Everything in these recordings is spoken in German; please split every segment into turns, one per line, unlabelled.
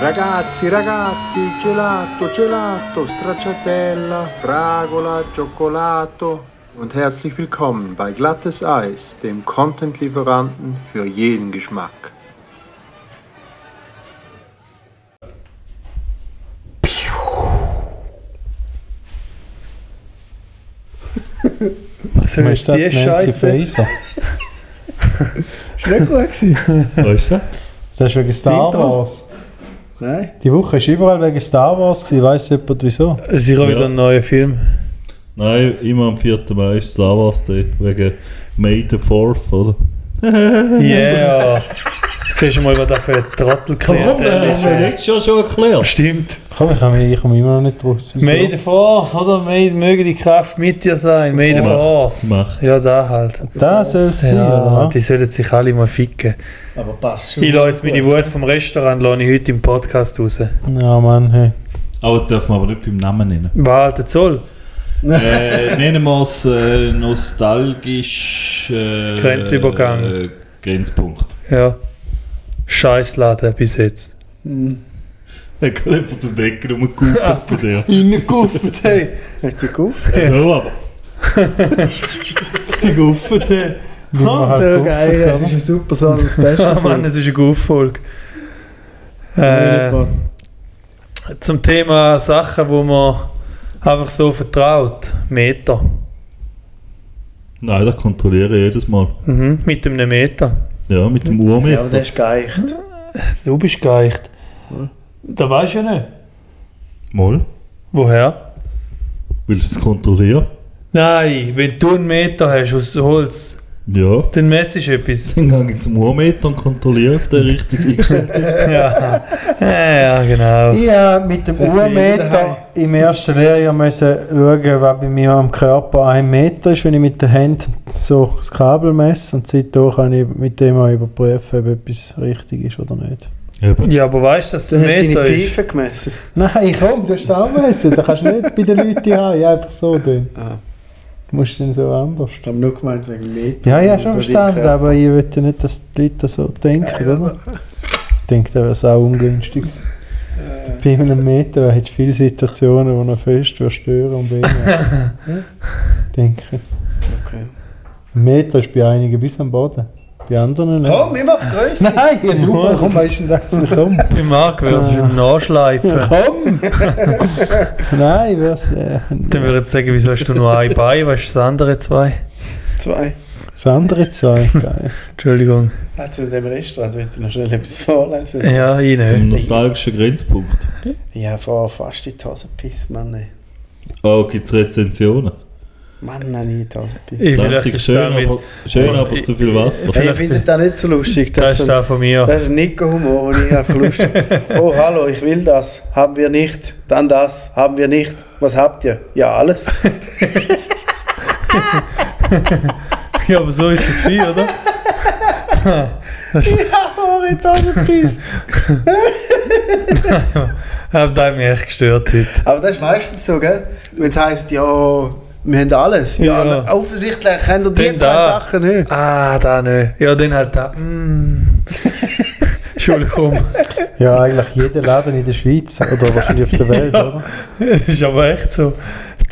Ragazzi, ragazzi, gelato, gelato, stracciatella, fragola, cioccolato und herzlich willkommen bei Glattes Eis, dem Content-Lieferanten für jeden Geschmack.
Was ist die Scheiße?
Fraser.
Ist nicht gut gewesen.
Wo ist sie?
Das ist wegen Star
Intro.
Wars.
Nein.
Die Woche war überall wegen Star Wars, gewesen. weiss jemand wieso?
Sicher
Ja.
wieder einen neuen Film.
Nein, immer am 4. Mai ist Star Wars Day, wegen May the 4th, oder?
Yeah. Siehst du mal, was da für ein Trottel kreiert
letztes Jahr schon erklärt.
Stimmt.
Komm, ich komme ich komm immer noch nicht raus. Wieso?
Made the Force, oder? Made, möge die Kraft mit dir sein. Made the
Macht,
Force.
macht.
Ja, da halt.
Das soll es sein,
Ja,
oder?
die sollten sich alle mal ficken.
Aber passt schon.
Ich lasse jetzt meine Wut vom Restaurant lasse ich heute im Podcast raus.
Ja, Mann, hey.
Aber das dürfen wir aber nicht beim Namen nennen.
Behalten Zoll.
äh, nennen wir es äh, nostalgisch. Äh,
Grenzübergang.
Äh, Grenzpunkt.
Ja. Scheißladen bis jetzt.
Er hat gerade jemand um die Ecke rumgekauft bei dir.
Reingekauft, hey.
Hat sie gut?
So, aber.
Die gekauft, hey.
Die man halt
so
kauft,
geil,
oder?
es ist ein super so ein Special.
Ah Mann, es ist eine gute Folge. Äh, zum Thema Sachen, wo man einfach so vertraut. Meter.
Nein, das kontrolliere ich jedes Mal.
Mhm, mit einem Meter.
Ja, mit dem
ja, aber
Uhrmeter.
der ist geil.
Du bist geeicht.
Hm.
Da weißt du ja nicht.
Mal.
Woher?
Willst du es kontrollieren?
Nein, wenn du einen Meter hast aus Holz,
Ja.
dann messest du etwas.
Dann gehe ich zum Uhrmeter und kontrolliere, ob der richtig ist.
ja. ja, genau.
Ich habe mit dem Uhrmeter im ersten Lehrjahr müssen schauen, was bei mir am Körper ein Meter ist, wenn ich mit der Hand so das Kabel messe. Und seitdem kann ich mit dem auch überprüfen, ob etwas richtig ist oder nicht.
Eben.
Ja, aber weißt du, dass es
Du
ein
hast deine
Meter ist?
Pfeife gemessen.
Nein, komm, du hast auch messen. Da kannst du nicht bei den Leuten haben. Ja, einfach so. Dann.
Ah.
Du musst dann so anders.
Ich habe nur gemeint wegen Meter.
Ja, ja, schon
Oder die
verstanden,
Körper.
aber ich will ja nicht, dass die Leute das so denken, oder? Ich denke, das wäre sau ungünstig. Bei einem Meter hättest du viele Situationen, wo noch fest wirst stören und weh. machen. denke.
Okay.
Ein Meter ist bei einigen bis am Boden, bei anderen nicht.
Komm, immer auf Größe.
Nein, ja, du, komm, weißt du das? Komm,
Im Markt würdest du schon nachschleifen.
komm! Nein, was? Äh,
Dann würde ich sagen, wieso hast du nur ein Bein, weißt du, das andere zwei?
Zwei.
das andere äh. zwei. Geil.
Entschuldigung.
Also mit dem Restaurant will ich noch schnell etwas vorlesen.
Ja, ich
Zum
nicht.
nostalgischen Grenzpunkt.
Ich habe vorher fast in die Hose gepisst, Mann. ey.
Oh, gibt es Rezensionen?
Mann, nein, in die Hose gepisst.
Ich vielleicht
Fertig,
ist
schön,
es auch mit.
aber, schön, aber zu viel Wasser.
Hey, ich finde das nicht so lustig.
Das ist
so ein-
da von mir.
das ist ein Nico-Humor, den ich einfach lustig Oh, hallo, ich will das. Haben wir nicht. Dann das. Haben wir nicht. Was habt ihr? Ja, alles.
Ja, aber so ist es gewesen, oder?
Vorher in die Hose gepisst.
Aber da hat mich echt gestört heute.
Aber das ist meistens so, gell? Wenn es heisst, ja, wir haben alles. Ja,
Ja.
na- offensichtlich haben wir die
Denn
zwei
da-
Sachen nicht.
Ah, da nicht. Ja, dann halt da. Mm. Entschuldigung.
Ja, eigentlich jeder Laden in der Schweiz oder wahrscheinlich auf der Welt, oder?
Das ist aber echt so.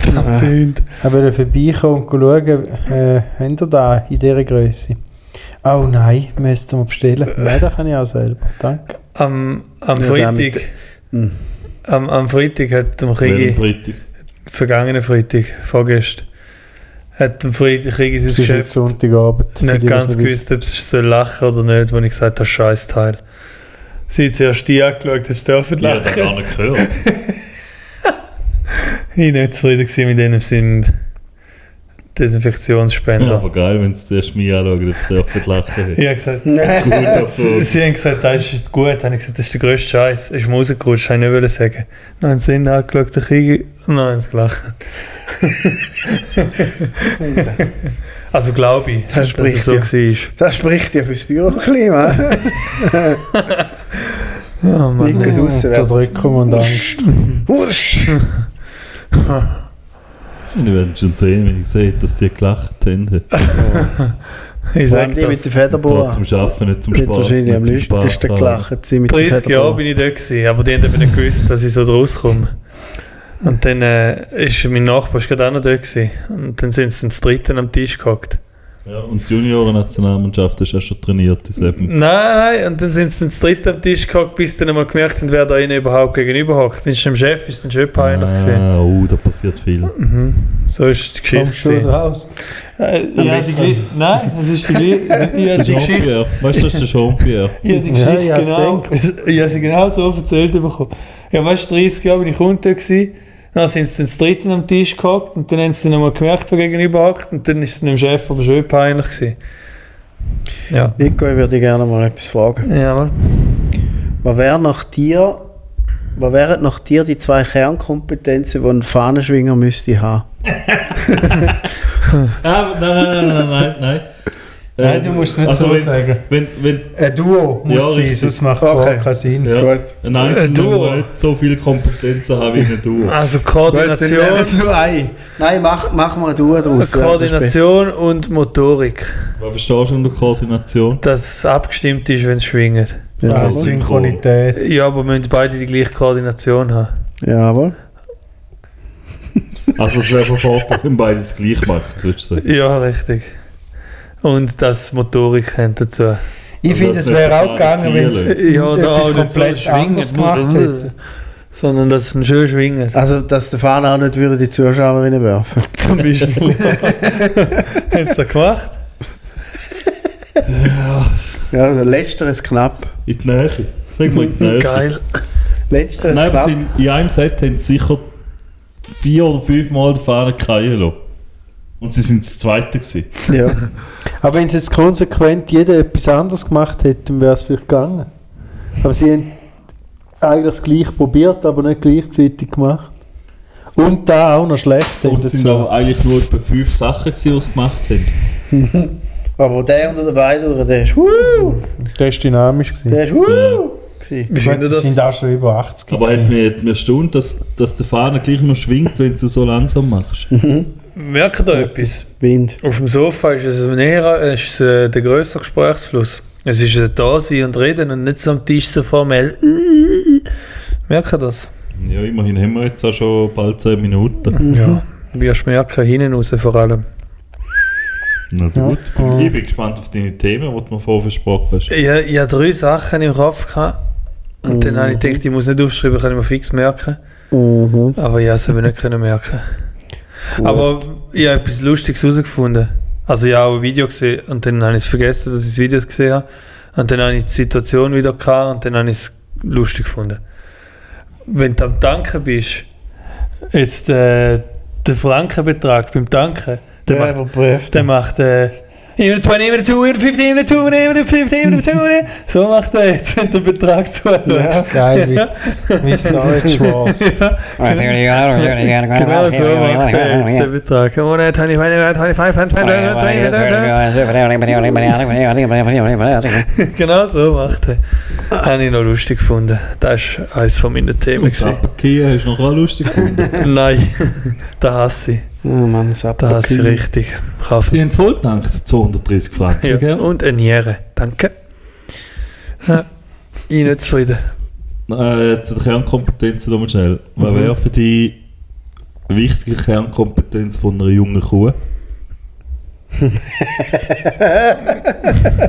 Das tönt.
Ich wollte vorbeikommen und schauen, äh, haben ihr da in dieser Größe? Oh nein, müssten wir bestellen. Nein, das kann ich auch selber. Danke.
Am, am
Ja, der mit-
Freitag. Hm. Am, am Freitag hat dem
Welchen
Krieg,
Freitag?
vergangenen Freitag, vorgestern, hat dem Freitag Krieg sein
Es ist heute
Geschäft
Sonntagabend. für
nicht
die, was
ganz
nicht wissen.
gewusst, ob es soll lachen oder nicht, als ich gesagt habe, scheiß Teil. Sie hat zuerst die angeschaut, hast du dürfen
Ich habe das
lachen.
gar nicht gehört.
Ich war nicht zufrieden gewesen mit denen auf seinem
Ja,
Desinfektionsspender.
aber geil, wenn sie zuerst mich anschauen, ob sie dürfen lachen.
Ich habe gesagt,
Gut, also,
sie, sie haben gesagt, das ist gut. Dann habe ich gesagt, das ist der grösste Scheiß. Ist mir rausgerutscht, habe ich nicht wollen sagen. Dann haben sie ihn angeschaut, den Krieg, und dann haben sie gelacht. also glaube ich,
Das spricht
dass es so war.
Das spricht ja fürs Büroklima. Oh,
Ja, Mann.
Nico, du
Unterdrückung und Angst.
Wusch!
Ah,
ich werde schon sehen, wenn ich sehe, dass die gelacht haben.
Ich sag
die mit
das.
der Federboa.
Trotz zum Arbeiten, nicht zum
Dort
Spaß.
wahrscheinlich am
nicht zum Spass
lautesten
haben.
gelacht sie mit der
30 Jahre
Federboa.
bin ich da gewesen, aber die haben eben nicht gewusst, dass ich so rauskomme. Und dann äh, ist mein Nachbar ist gerade auch noch da gewesen. Und dann sind sie den dritten am Tisch gehockt.
Ja, und die Junioren-Nationalmannschaft ist auch schon trainiert. Das eben.
Nein, nein, und dann sind sie den dritten am Tisch gehockt, bis sie dann mal gemerkt haben, wer da ihnen überhaupt gegenüber hockt. Dann ist dem Chef ist dann schon peinlich gewesen.
ah, oh, da passiert viel.
Mhm. So ist die
Kommst
Geschichte.
du
gewesen.
raus?
Äh, ja, die Gli- nein, es ist die, Gli- ich habe die Geschichte.
Jean-Pierre, weißt du, das ist der Jean-Pierre.
Ich habe die
Ja,
Geschichte
ich hab's
genau, ich habe sie genau so erzählt bekommen. Ja, weißt du, 30 Jahre bin ich unten gewesen, dann sind sie den dritten am Tisch gehockt und dann haben sie nochmal gemerkt, wer gegenüber hockt und dann ist es dem Chef aber schon peinlich gewesen. Ja.
Nico, ich würde dich gerne mal etwas fragen.
Ja, mal.
Was wären nach dir, was wären nach dir die zwei Kernkompetenzen, die ein Fahnenschwinger müsste haben?
Ah, nein, nein, nein, nein, nein, nein.
Nein, du musst nicht
also
so
wenn,
sagen.
Wenn, wenn,
Ein Duo muss
Ja,
sein,
richtig.
sonst macht es
Okay.
okay. keinen Sinn.
ja,
Gut.
ein
Äh,
Einzelner
Duo.
muss nicht so viele Kompetenzen haben wie ein Duo.
Also
Gut, dann
Koordination,
so ein. Nein, mach, mach mal du draus.
Koordination und Motorik,
Was verstehst du unter Koordination?
dass es abgestimmt ist, wenn es schwingt.
Ja,
Also
das ist besser.
Synchronität.
Ja, aber müssen beide die gleiche Koordination haben.
Jawohl.
Also es wäre von Vorteil, wenn beide das gleich machen, würdest du sagen.
Ja, richtig. Und dass sie Motorik haben dazu.
Ich finde, es wäre auch gegangen, wenn es
Ja, da auch nicht
etwas
so
komplett anders
schwingen,
gemacht
nur-
hätte.
sondern dass es schön schwingt.
Also, dass der Fahne auch nicht würde die Zuschauerinnen werfen.
Zum Beispiel. Haben sie das gemacht?
Ja, also letzteres knapp.
In die Nähe. Sag mal in die Nähe.
Geil.
Letzteres
Nein, aber
knapp.
sind, in einem Set haben sie sicher vier oder fünf Mal den Fahrer gehen lassen. Und sie sind das Zweite gewesen.
Ja.
Aber wenn es jetzt konsequent jeder etwas anderes gemacht hätte, dann wäre es vielleicht gegangen. Aber sie haben eigentlich das Gleiche probiert, aber nicht gleichzeitig gemacht. Und da auch noch schlecht. haben
Und es sind
dazu.
aber eigentlich nur etwa fünf Sachen gewesen, die sie gemacht haben.
Aber der unter den beiden, oder der ist wuh,
Der ist dynamisch gewesen.
der ist wuh. gewesen.
Ich meine, sie sind auch schon über 80
Aber hat
gewesen.
mir, hat mir erstaunt, dass, dass der Fahrer gleich noch schwingt, wenn du sie so langsam machst.
Merkt ihr etwas?
Wind.
Auf dem Sofa ist es, näher, ist es äh, der größere Gesprächsfluss. Es ist äh, da sein und reden und nicht so am Tisch so formell. Merkt ihr das?
Ja, immerhin haben wir jetzt auch schon bald zehn Minuten.
Ja. Wirst merken, hinten raus vor allem.
Also
Ja.
gut.
Ja.
Ich bin gespannt auf deine Themen, die du mir vorher versprochen hast.
Ich, ich habe drei Sachen im Kopf gehabt. Und dann habe ich gedacht, ich muss nicht aufschreiben, kann ich mir fix merken.
Mhm.
Aber ich habe es eben nicht können merken. Aber ich habe etwas Lustiges herausgefunden. Also ich habe auch ein Video gesehen und dann habe ich es vergessen, dass ich das Video gesehen habe. Und dann habe ich die Situation wieder gehabt und dann habe ich es lustig gefunden. Wenn du am Tanken bist, jetzt äh, der Frankenbetrag beim Tanken, der macht
überprüft.
der macht äh, 20 Minuten, 15 Minuten, 15 Minuten, so macht er jetzt, wenn der Betrag zu
Ja, geil, wie, wie Sarge Schwarz.
Genau so macht er jetzt den Betrag. Im Monat 20, 25, 25, 25, Genau so macht er. Habe ich noch lustig gefunden. Das ist eines von meinen Themen.
Und
Gewesen.
Abkehren hast du noch auch lustig gefunden.
Nein, da hasse ich.
Oh Mann, das
Da hasse ich richtig. Kaufen.
Die haben voll gedankt, 230 Franken.
Ja.
gell?
Und eine Niere. Danke. Ja, ich nicht zufrieden.
Äh, zu den Kernkompetenzen nochmal schnell. Was
Mhm.
wäre für dich wichtige Kernkompetenz von einer jungen Kuh?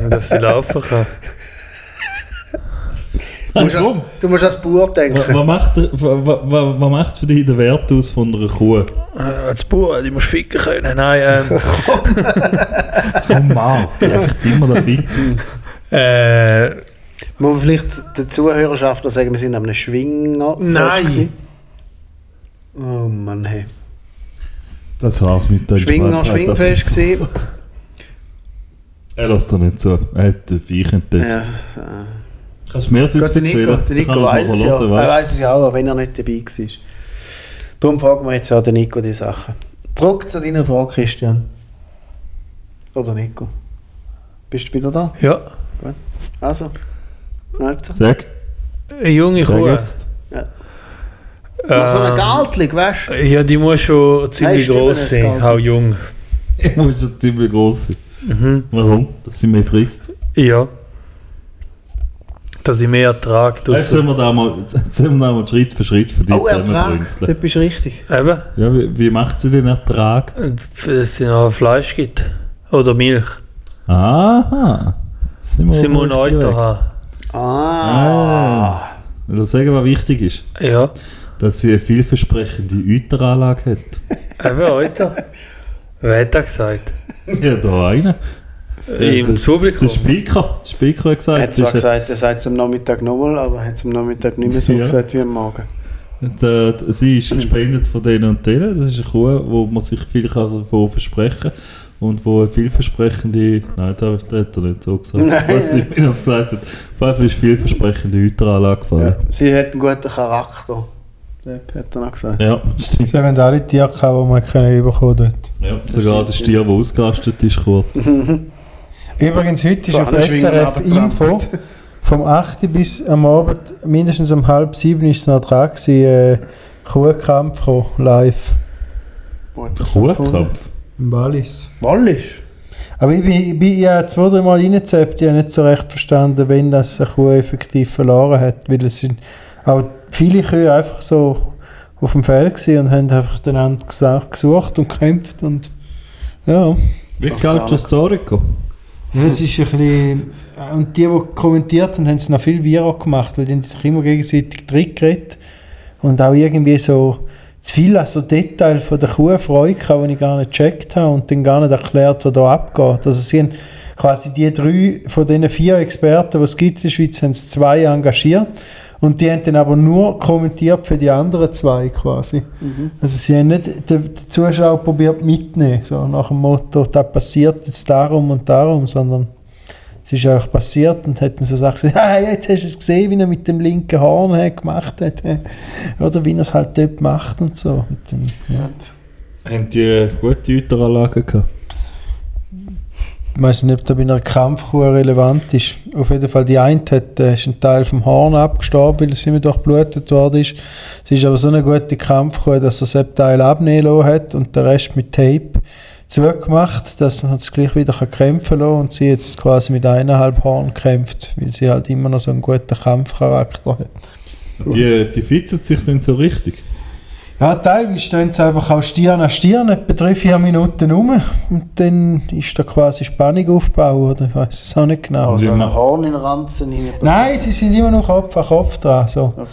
Dass sie laufen kann.
Du musst, als, du musst als Bauer
Was,
denken.
was, macht, der- wa- wa- wa- was macht für dich der Wert aus von einer Kuh?
Äh, als Bauer, die musst ficken können. Nein, ähm,
Komm mal, echt immer da ficken.
äh,
Muss man vielleicht der Zuhörerschaft noch sagen, wir sind an einem Schwinger.
Nein.
gewesen. Oh Mann, hey.
Das war's mit der
Schwinger,
Entspanntheit auf
Schwingfest
der-
gewesen.
Er lässt dir nicht zu. Er hat den Viech entdeckt.
Ja.
Kannst du mir sonst
Gott, der Nico, der
erzählen? Dann
Nico
kann
weiß
man's
es
noch
ja.
hören,
Er
weißt
weiß es ja auch, aber wenn er nicht dabei war. Darum fragen wir jetzt auch den Nico die Sachen. Zurück zu deiner Frage, Christian. Oder Nico. Bist du wieder da?
ja.
Also. Also.
du? Sag.
Eine junge
Sag
Kuh.
jetzt.
Mach so eine
Ähm,
Galtling, weißt du?
Ja, die muss schon
Nein,
ziemlich
stimmt,
groß
es
sein,
geht
auch
nicht.
jung.
Ich muss schon ziemlich groß sein.
Mhm.
Warum? Dass sie mehr frisst.
Ja. Dass ich mehr Ertrag
Jetzt
durch.
sollen wir da mal, jetzt sollen wir da mal Schritt für Schritt für die
Oh, Ertrag,
zusammenbrünzeln.
das bist richtig.
Eben,
Ja, wie, wie macht sie den Ertrag?
dass es noch Fleisch gibt. Oder Milch.
Aha. Jetzt Sind wir
Sie
auf
muss
dem
noch
richtigen
Euter
Weg.
haben.
Ah. Will ich sagen, was wichtig ist?
Ja,
Dass sie eine vielversprechende Euteranlage hat.
eben Euter. Wer hat das gesagt?
Ja, da einer.
Im
das- Der
Publikum.
Spiker. Der Spiker hat gesagt,
Er hat
das
zwar
ist äh,
gesagt, er sagt es am Nachmittag nochmal, aber er hat es am Nachmittag nicht mehr so
Ja.
gesagt wie am Morgen.
eine- d- d- sie ist gespendet von denen und denen. Das ist eine Kuh, wo man sich viel kann davon versprechen kann. Und wo eine vielversprechende. Nein, das hat er nicht so gesagt.
Nein.
Was sie mir das gesagt hat. Auf jeden Fall ist vielversprechende Euteranlage gefallen.
Ja. Sie hat einen guten Charakter. Das hat er noch gesagt.
Ja, stimmt.
Sie haben alle Tiere gehabt, die man können bekommen dort.
Ja, sogar der Stier, der ausgerastet ist, kurz.
Übrigens, heute ist
Vor
auf
allem schwingen
SRF
wir
Info vom 8. bis am Abend, mindestens um halb sieben ist es noch dran gewesen, äh, Kuhkampf gekommen, live
Gut.
Kuhkampf.
im Wallis.
Wallisch?
Aber ich bin, ich bin ja zwei, drei Mal reingezappt, ich habe nicht so recht verstanden, wenn das eine Kuh effektiv verloren hat, weil es sind auch viele Kühe einfach so auf dem Feld gewesen und haben einfach den anderen gesa- gesucht und gekämpft und ja.
Wie
Ach, gar
kalt
nicht.
Historico?
Das ist ein bisschen, und die, die kommentiert haben, haben es noch viel virer gemacht, weil die haben sich immer gegenseitig Trick geredet und auch irgendwie so zu viel an so Detail von der Kuh Freude gehabt, die ich gar nicht gecheckt habe und dann gar nicht erklärt, was da abgeht. Also sie haben quasi die drei von diesen vier Experten, die es gibt in der Schweiz, haben es zwei engagiert und die haben dann aber nur kommentiert für die anderen zwei quasi. Also sie haben nicht den, den Zuschauer probiert mitnehmen, so nach dem Motto, da passiert jetzt darum und darum, sondern es ist einfach passiert und hätten so gesagt, ah, jetzt hast du es gesehen, wie er mit dem linken Horn äh, gemacht hat. äh. Oder wie er es halt dort macht und so. Und dann, ja.
Haben die äh, gute Euteranlage gehabt?
Ich weiß nicht, ob das bei einer Kampfkuh relevant ist. Auf jeden Fall, die eine hat, äh, ist ein Teil vom Horn abgestorben, weil es immer durchblutet worden ist. Sie ist aber so eine gute Kampfkuh, dass er das Teil abnehmen lassen hat und den Rest mit Tape zugemacht, dass man es gleich wieder kann kämpfen lassen und sie jetzt quasi mit eineinhalb Horn kämpft, weil sie halt immer noch so einen guten Kampfcharakter hat.
Die, die fitzen sich dann so richtig.
Ja, teilweise stehen sie einfach auch Stirn an Stirn, etwa drei, vier Minuten rum und dann ist da quasi Spannung aufgebaut, oder? Ich weiß es auch nicht genau.
Also
Wie
ein
man-
Horn in den Ranzen hinein.
Nein, sie sind immer noch Kopf an Kopf dran. So.
Okay.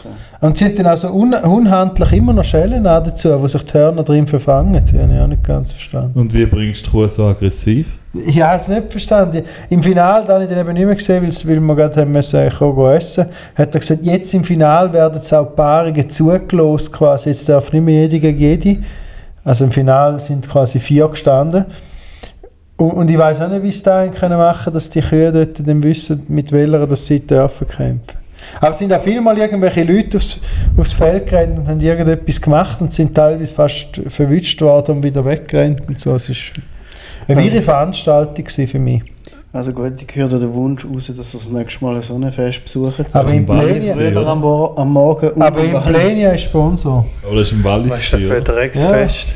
Und sie haben dann also un unhandlich immer noch Schellen an dazu, wo sich die Hörner drin verfangen. Die habe ich auch nicht ganz verstanden.
Und wie bringst du die Kuh so aggressiv?
Ich habe es nicht verstanden. Im Finale, da habe ich den eben nicht mehr gesehen, weil's- weil wir gerade haben müssen, äh, kommen gehen essen, hat er gesagt, jetzt im Finale werden es auch Paarungen zugelost quasi. Jetzt darf nicht mehr jede gegen jede. Also im Finale sind quasi vier gestanden. Und, und ich weiß auch nicht, wie sie da haben können machen, dass die Kühe dort dann wissen, mit welcher dass sie dürfen kämpfen. Aber es sind auch vielmal irgendwelche Leute aufs, aufs Feld gerannt und haben irgendetwas gemacht und sind teilweise fast verwünscht worden und wieder weggerannt und so. Es ist eine
Also-
wirre Veranstaltung gewesen für mich.
Also gut, ich höre den Wunsch raus, dass ihr das nächste Mal ein Sonnenfest besuchen.
Aber
im
in
Wallis
Plenia,
gesehen.
Früher am, Mor- am Morgen
aber in Plenia ist Sponsor.
Oder ist im Wallis
Was ist das
gewesen,
für ein
oder?
Drecksfest?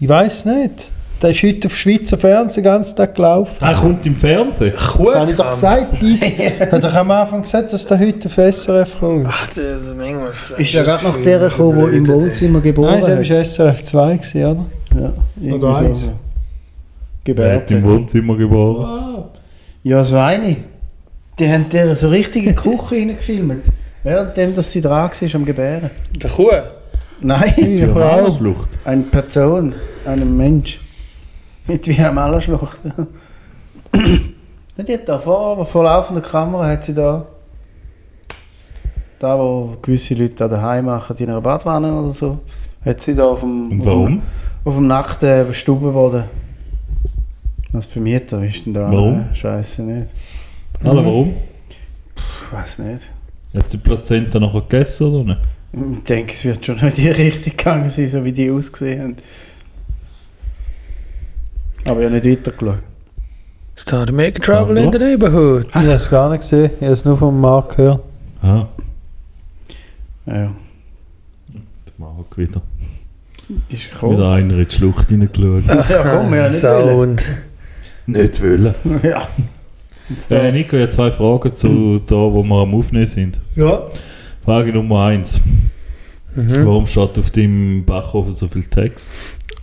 Ich weiß nicht. Der ist heute auf Schweizer Fernsehen den ganzen Tag
Ah,
gelaufen.
Der kommt im Fernsehen.
Das habe ich doch
Kuhkampf.
gesagt. Ich habe doch am Anfang gesagt, dass der heute auf SRF kommt.
Ach, das ist manchmal das
Ist ja
ist
gerade nach
viel
der gekommen, die im
blöd, ey.
Wohnzimmer geboren
Nein, das
ist.
war SRF 2, gewesen, oder?
Ja, irgendwie
Oder
so.
eins.
Er hat
Gebärdet.
im Wohnzimmer geboren.
Ja, so eine. Die haben dir so richtige Küche reingefilmt. Währenddem, dass sie dran war am Gebären.
Der Kuh?
Nein,
Die
Frau.
Johannesflucht.
eine Person, einem Mensch. Mit wie einem Allerschlucht. die hat da vor, vor laufender Kamera hat sie da. Da, wo gewisse Leute da daheim machen, in einer Badwanne oder so, hat sie da auf dem,
Und
auf dem,
warum?
auf dem äh, nackten Stubenboden. Als Vermieter ist denn da? Äh,
Warum?
Scheiße nicht.
Alle, warum?
Ich weiß nicht.
Hat sie die Plazenta nachher gegessen oder nicht?
Ich denke, es wird schon in die Richtung gegangen sein, so wie die ausgesehen haben. Aber ich habe nicht weitergeschaut.
Start making trouble in the neighborhood.
Ich habe es gar nicht gesehen, ich habe es nur vom Markt gehört.
Ah,
Ja,
der Marc wieder.
ist
Wieder einer in die Schlucht reingeschaut.
Ja, komm, wir haben nicht wollen.
Sound.
Nicht wollen.
ja. So.
Äh, Nico, ich habe zwei Fragen zu da, wo wir am Aufnehmen sind.
Ja.
Frage Nummer eins.
Mhm.
Warum steht auf deinem Backofen so viel Text?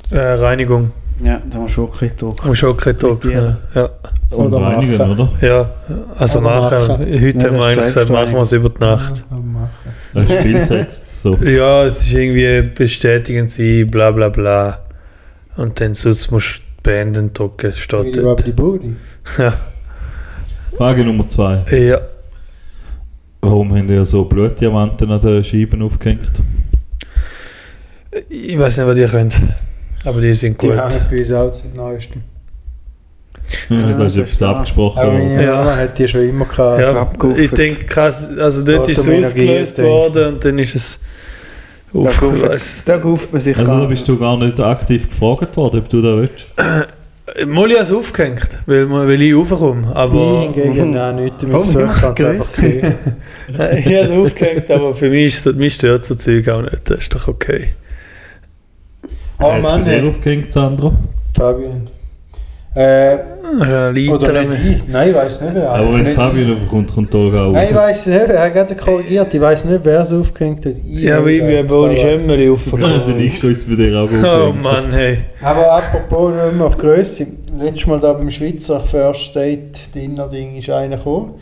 Äh, Reinigung.
ja, da musst du auch ein bisschen Druck.
Musst du auch keinen Druck
Ja.
nehmen. Ja.
Und
Oder
reinigen,
machen.
oder?
ja, also
Aber
machen.
machen.
Heute
Ja,
haben wir
das
eigentlich
ist
gesagt, machen wir es über die Nacht.
Ja, machen.
Das ist viel Text. So.
Ja, es ist irgendwie bestätigen sie, bla bla bla. Und dann sonst musst du beenden drücken, steht
Willi Wabbidi
dort.
Budi.
Frage Nummer zwei.
Ja,
Warum haben ihr so Blutdiamanten an den Scheiben aufgehängt?
ich weiß nicht, was ihr könnt. Aber die sind
Die
gut.
haben bei uns auch seit neuestem.
Ja,
Ja,
das
das
ist etwas
ist klar.
abgesprochen.
Auch
worden.
meine
Ja.
Mama hat die schon immer gehabt. Also,
Ja,
abgerufen.
ich denke, krass, also dort
Dort
ist es
um Energie,
ausgelöst
denke ich.
worden und dann ist es
Da
auf,
ruft-
weiss-
Da ruft man sich
Also da
an.
bist du gar nicht aktiv gefragt worden, ob du da willst.
Molly hat es aufgehängt, weil, man- weil ich raufkomme.
Ich
Aber
hingegen auch nichts damit
Oh,
zu tun, ich kann es einfach
grüß.
sehen.
Nein, ich habe es aufgehängt, aber für mich, ist, mich stört so Zeug auch nicht. Das ist doch okay.
Oh
Hast du
Mann,
bei dir
hey,
aufgehängt, Sandro.
Fabian. Äh,
Oder
oder nicht ich. Nein, Ah, ich weiß nicht, wer.
Aber wenn
Nicht-
Fabian aufkommt, kommt Olga auch.
Nein, ich weiß nicht, wer. Er hat gerade korrigiert. Ich weiß nicht, wer es aufgehängt hat. Ich
Ja, aber ich
nicht,
bin ohne
wer weiß.
eh.
Schemmeli
Ja, der Nico
aufgekommen.
ist bei dir auch
Oh
aufgehängt.
Mann, hey.
Aber apropos nicht mehr auf Größe. Letztes Mal da beim Schweizer First Date Dinner Ding ist einer gekommen.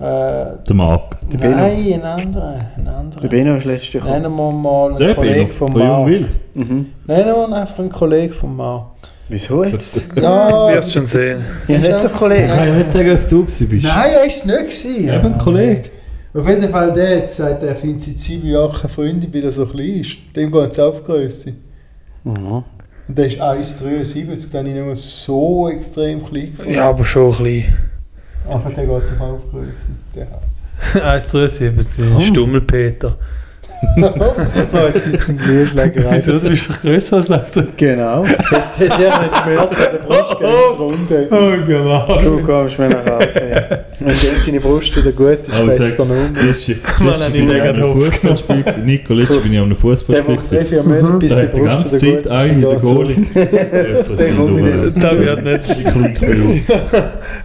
Äh,
Der Marc.
Der Benno.
nein, ein anderer. Ein anderer.
Der Benno ist letztes Jahr gekommen.
Nennen wir mal einen
Der
Kollegen
Benno,
vom
von Jung
Mau. Nennen
Wild.
Mhm.
wir ihn einfach einen Kollegen vom Mau.
Wieso jetzt?
Ja,
Wirst schon sehen.
Ja, nicht so
Ich
Kollege.
kann ja nicht sagen, dass du gewesen bist.
Nein, er war es nicht. Gewesen.
Eben ein Kollege.
Auf jeden Fall, der hat gesagt, er findet seit sieben Jahren keine Freundin, weil er so klein ist. Dem geht es auf die Größe.
Mhm.
Und der ist 1,73, dann habe ich nicht mehr so extrem klein gefunden.
Ja, aber schon ein bisschen.
Aber der geht auf Aufgröße. Der hasst
1,73 Stummelpeter.
es. Oh, jetzt gibt es einen Glühschlägerei.
Wieso, du bist doch grösser als 1,73.
Genau.
Das ist ja nicht schmerzt, der Brust geht ins Runde.
Oh, genau.
Du kommst mir nach Hause. ja. Wenn dem seine Brust wieder gut ist,
Aber
fetzt er
sag's,
ihn um.
letztes-
Mann,
letztes
hab ich
bin ich
den
an einem
gerade
Fußballspiel gewesen. Nico, letztes bin ich an einem
Der
Fußballspiel
braucht drei,
gewesen.
vier Monate, bis
Da
die
hat die ganze
Brust wieder
Zeit
gut
einen in der Goalie.
ist.
Der
kommt nicht.
Da wird nicht.
Ich klinge mich auf.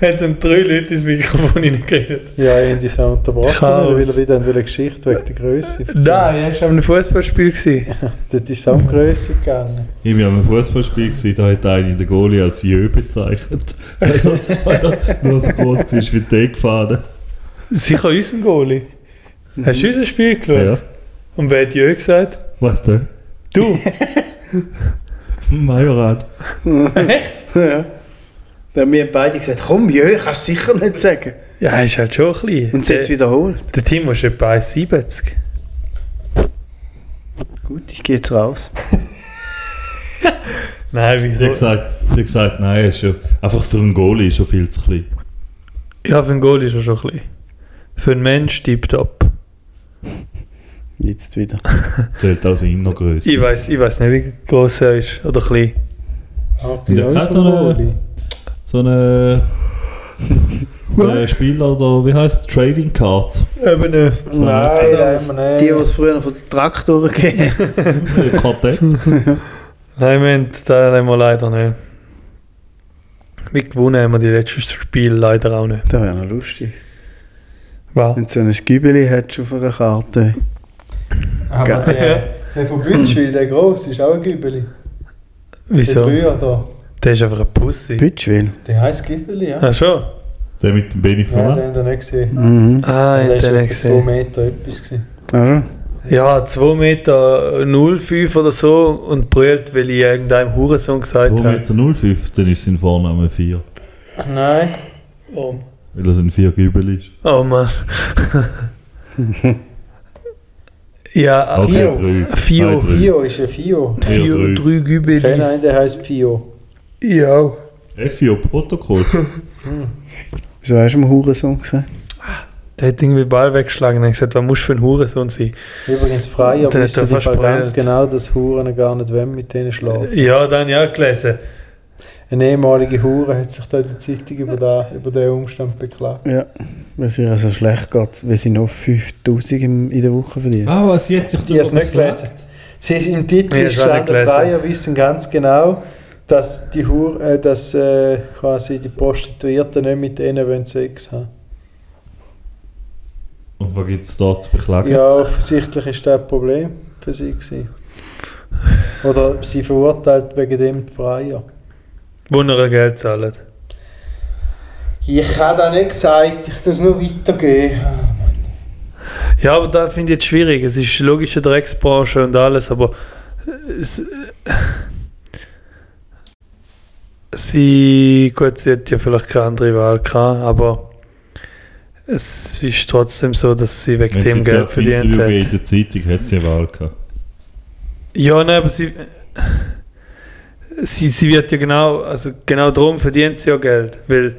Jetzt sind drei Leute ins Mikrofon reingeredet.
Ja, ich habe dich auch unterbrochen,
Chaos.
weil er wieder eine Geschichte wegen der Größe erzählt.
Nein, er war am Fußballspiel. gewesen.
Dort ist es auch um Größe gegangen.
Ich bin an einem Fußballspiel gewesen, da hat einer in der Goalie als Jö bezeichnet. Nur so groß ist wie die Fahne.
Sicher unseren Goalie. Hast du unser Spiel geschaut?
Ja.
Und wer hat Jö gesagt?
Was denn?
Du!
Majoran.
Ja. Dann haben wir beide gesagt, komm, Jö, kannst du sicher nicht sagen. Äh,
ja, ist halt schon klein.
Und sie hat es
der,
wiederholt.
der Timo ist etwa 1,70.
Gut, ich gehe jetzt raus.
Nein,
Ich habe
wieso?
gesagt, ich hab gesagt, nein, er ist schon, einfach für einen Goalie ist er viel zu klein.
Ja, für einen Goalie ist er schon klein. Für einen Mensch tipptopp.
Jetzt wieder.
Zählt auch die Innergröße.
Ich weiß, ich weiß nicht, wie groß er ist. Oder klein.
Okay,
Und er kann so eine, so eine äh, Spieler oder wie heißt Trading Cards.
Eben nicht.
So
Nein, das haben wir
Die, die
nicht.
es früher von den Traktoren gegeben haben.
Ein Äh, Quartett.
Nein, wir haben, das haben wir leider nicht. Wie gewonnen haben wir die letzten Spiele leider auch nicht.
Das wäre noch lustig.
Wow.
Wenn du so ein Gübeli hättest auf einer Karte.
Aber der, der von Bütschwil, der gross, ist auch ein Gübeli.
Wieso?
Der Brüher da.
Der ist einfach ein Pussy.
Bütschwil.
Der heißt Gübeli, ja.
Ah, schon?
Der mit dem Benny
Nein,
vorne.
den haben wir nicht gesehen.
Mhm.
Ah,
der
ich
ist
den
etwa
nicht
zwei
gesehen.
Meter etwas gewesen.
Also,
Ja, 2 Meter 05 oder so und brüllt, weil ich irgendeinem Hurensohn gesagt
2,05
habe.
Meter, 05, dann ist sein Vorname 4.
Nein.
Oh,
Weil er ein 4 Gübel ist.
oh Mann. ja,
Okay,
Fio.
drei.
Fio,
Nein, drei.
Fio ist ein Fio.
Vier,
vier,
drei.
drei
Kein einen,
Gübelis.
der heißt Fio.
Ja.
Äh, Fio Protokoll.
wieso hast du mir Hurensohn gesagt?
Der hat irgendwie den Ball weggeschlagen und hat gesagt, was musst du für ein Hurensohn sein?
Übrigens, Freier
Und der hat
wissen
da
die Fall
versprüht.
ganz genau, dass Huren gar nicht wollen mit denen schlafen.
Ja, dann ja gelesen.
Eine ehemalige Hure hat sich da in der Zeitung über, da, über den Umstand beklagt.
Ja, weil es ihr also schlecht geht, weil sie noch 5000 im- in der Woche verlieren.
Ah, was jetzt sich
Ich habe es nicht gelesen. Sie ist im Titel
Ich hab's auch nicht
gestanden,
gelesen.
Freier wissen ganz genau, dass die Hure, äh, dass äh, quasi die Prostituierten nicht mit denen wollen Sex haben.
Und was gibt es da zu beklagen?
Ja, offensichtlich ist das ein Problem für sie gewesen. Oder sie verurteilt wegen dem die Freier.
Wo ihr Geld zahlt.
Ich habe das nicht gesagt, ich das nur weitergeben.
Ja, aber da finde ich es schwierig. Es ist logisch eine Drecksbranche und alles, aber es, sie, gut, sie hat ja vielleicht keine andere Wahl gehabt, aber es ist trotzdem so, dass sie wegen
Wenn
dem
sie
Geld
dort Interview
verdient
gegeben
hat.
in der Zeitung, hat sie eine Wahl gehabt.
Ja, nein, aber sie, sie, sie wird ja genau, also genau darum verdient sie ja Geld, weil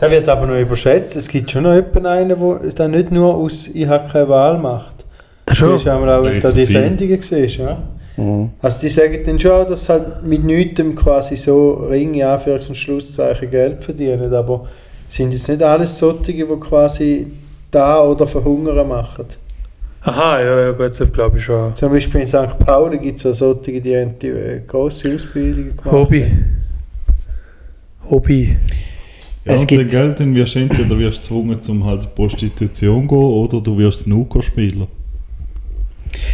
Der wird aber noch überschätzt. Es gibt schon noch jemanden, einen, der das nicht nur aus «Ich habe keine Wahl» macht. Du hast einmal
Da
auch wenn
gibt's
du die
so viele.
Sendungen gesehen, ja?
Mhm.
Also die sagen dann schon, dass sie halt mit nichtem quasi so Ring, in Anführungs- und Schlusszeichen Geld verdienen, aber sind jetzt nicht alles solche, die quasi da oder verhungern machen.
Aha, ja, ja, gut, das glaube ich schon.
Zum Beispiel in St. Pauli gibt es ja solche, die haben die äh, grosse Ausbildung gemacht.
Hobby. Hobby.
Ja,
Es
und
gibt-
den Geld dann wirst du entweder wirst du gezwungen, zum halt in die Prostitution gehen oder du wirst Snooker spielen.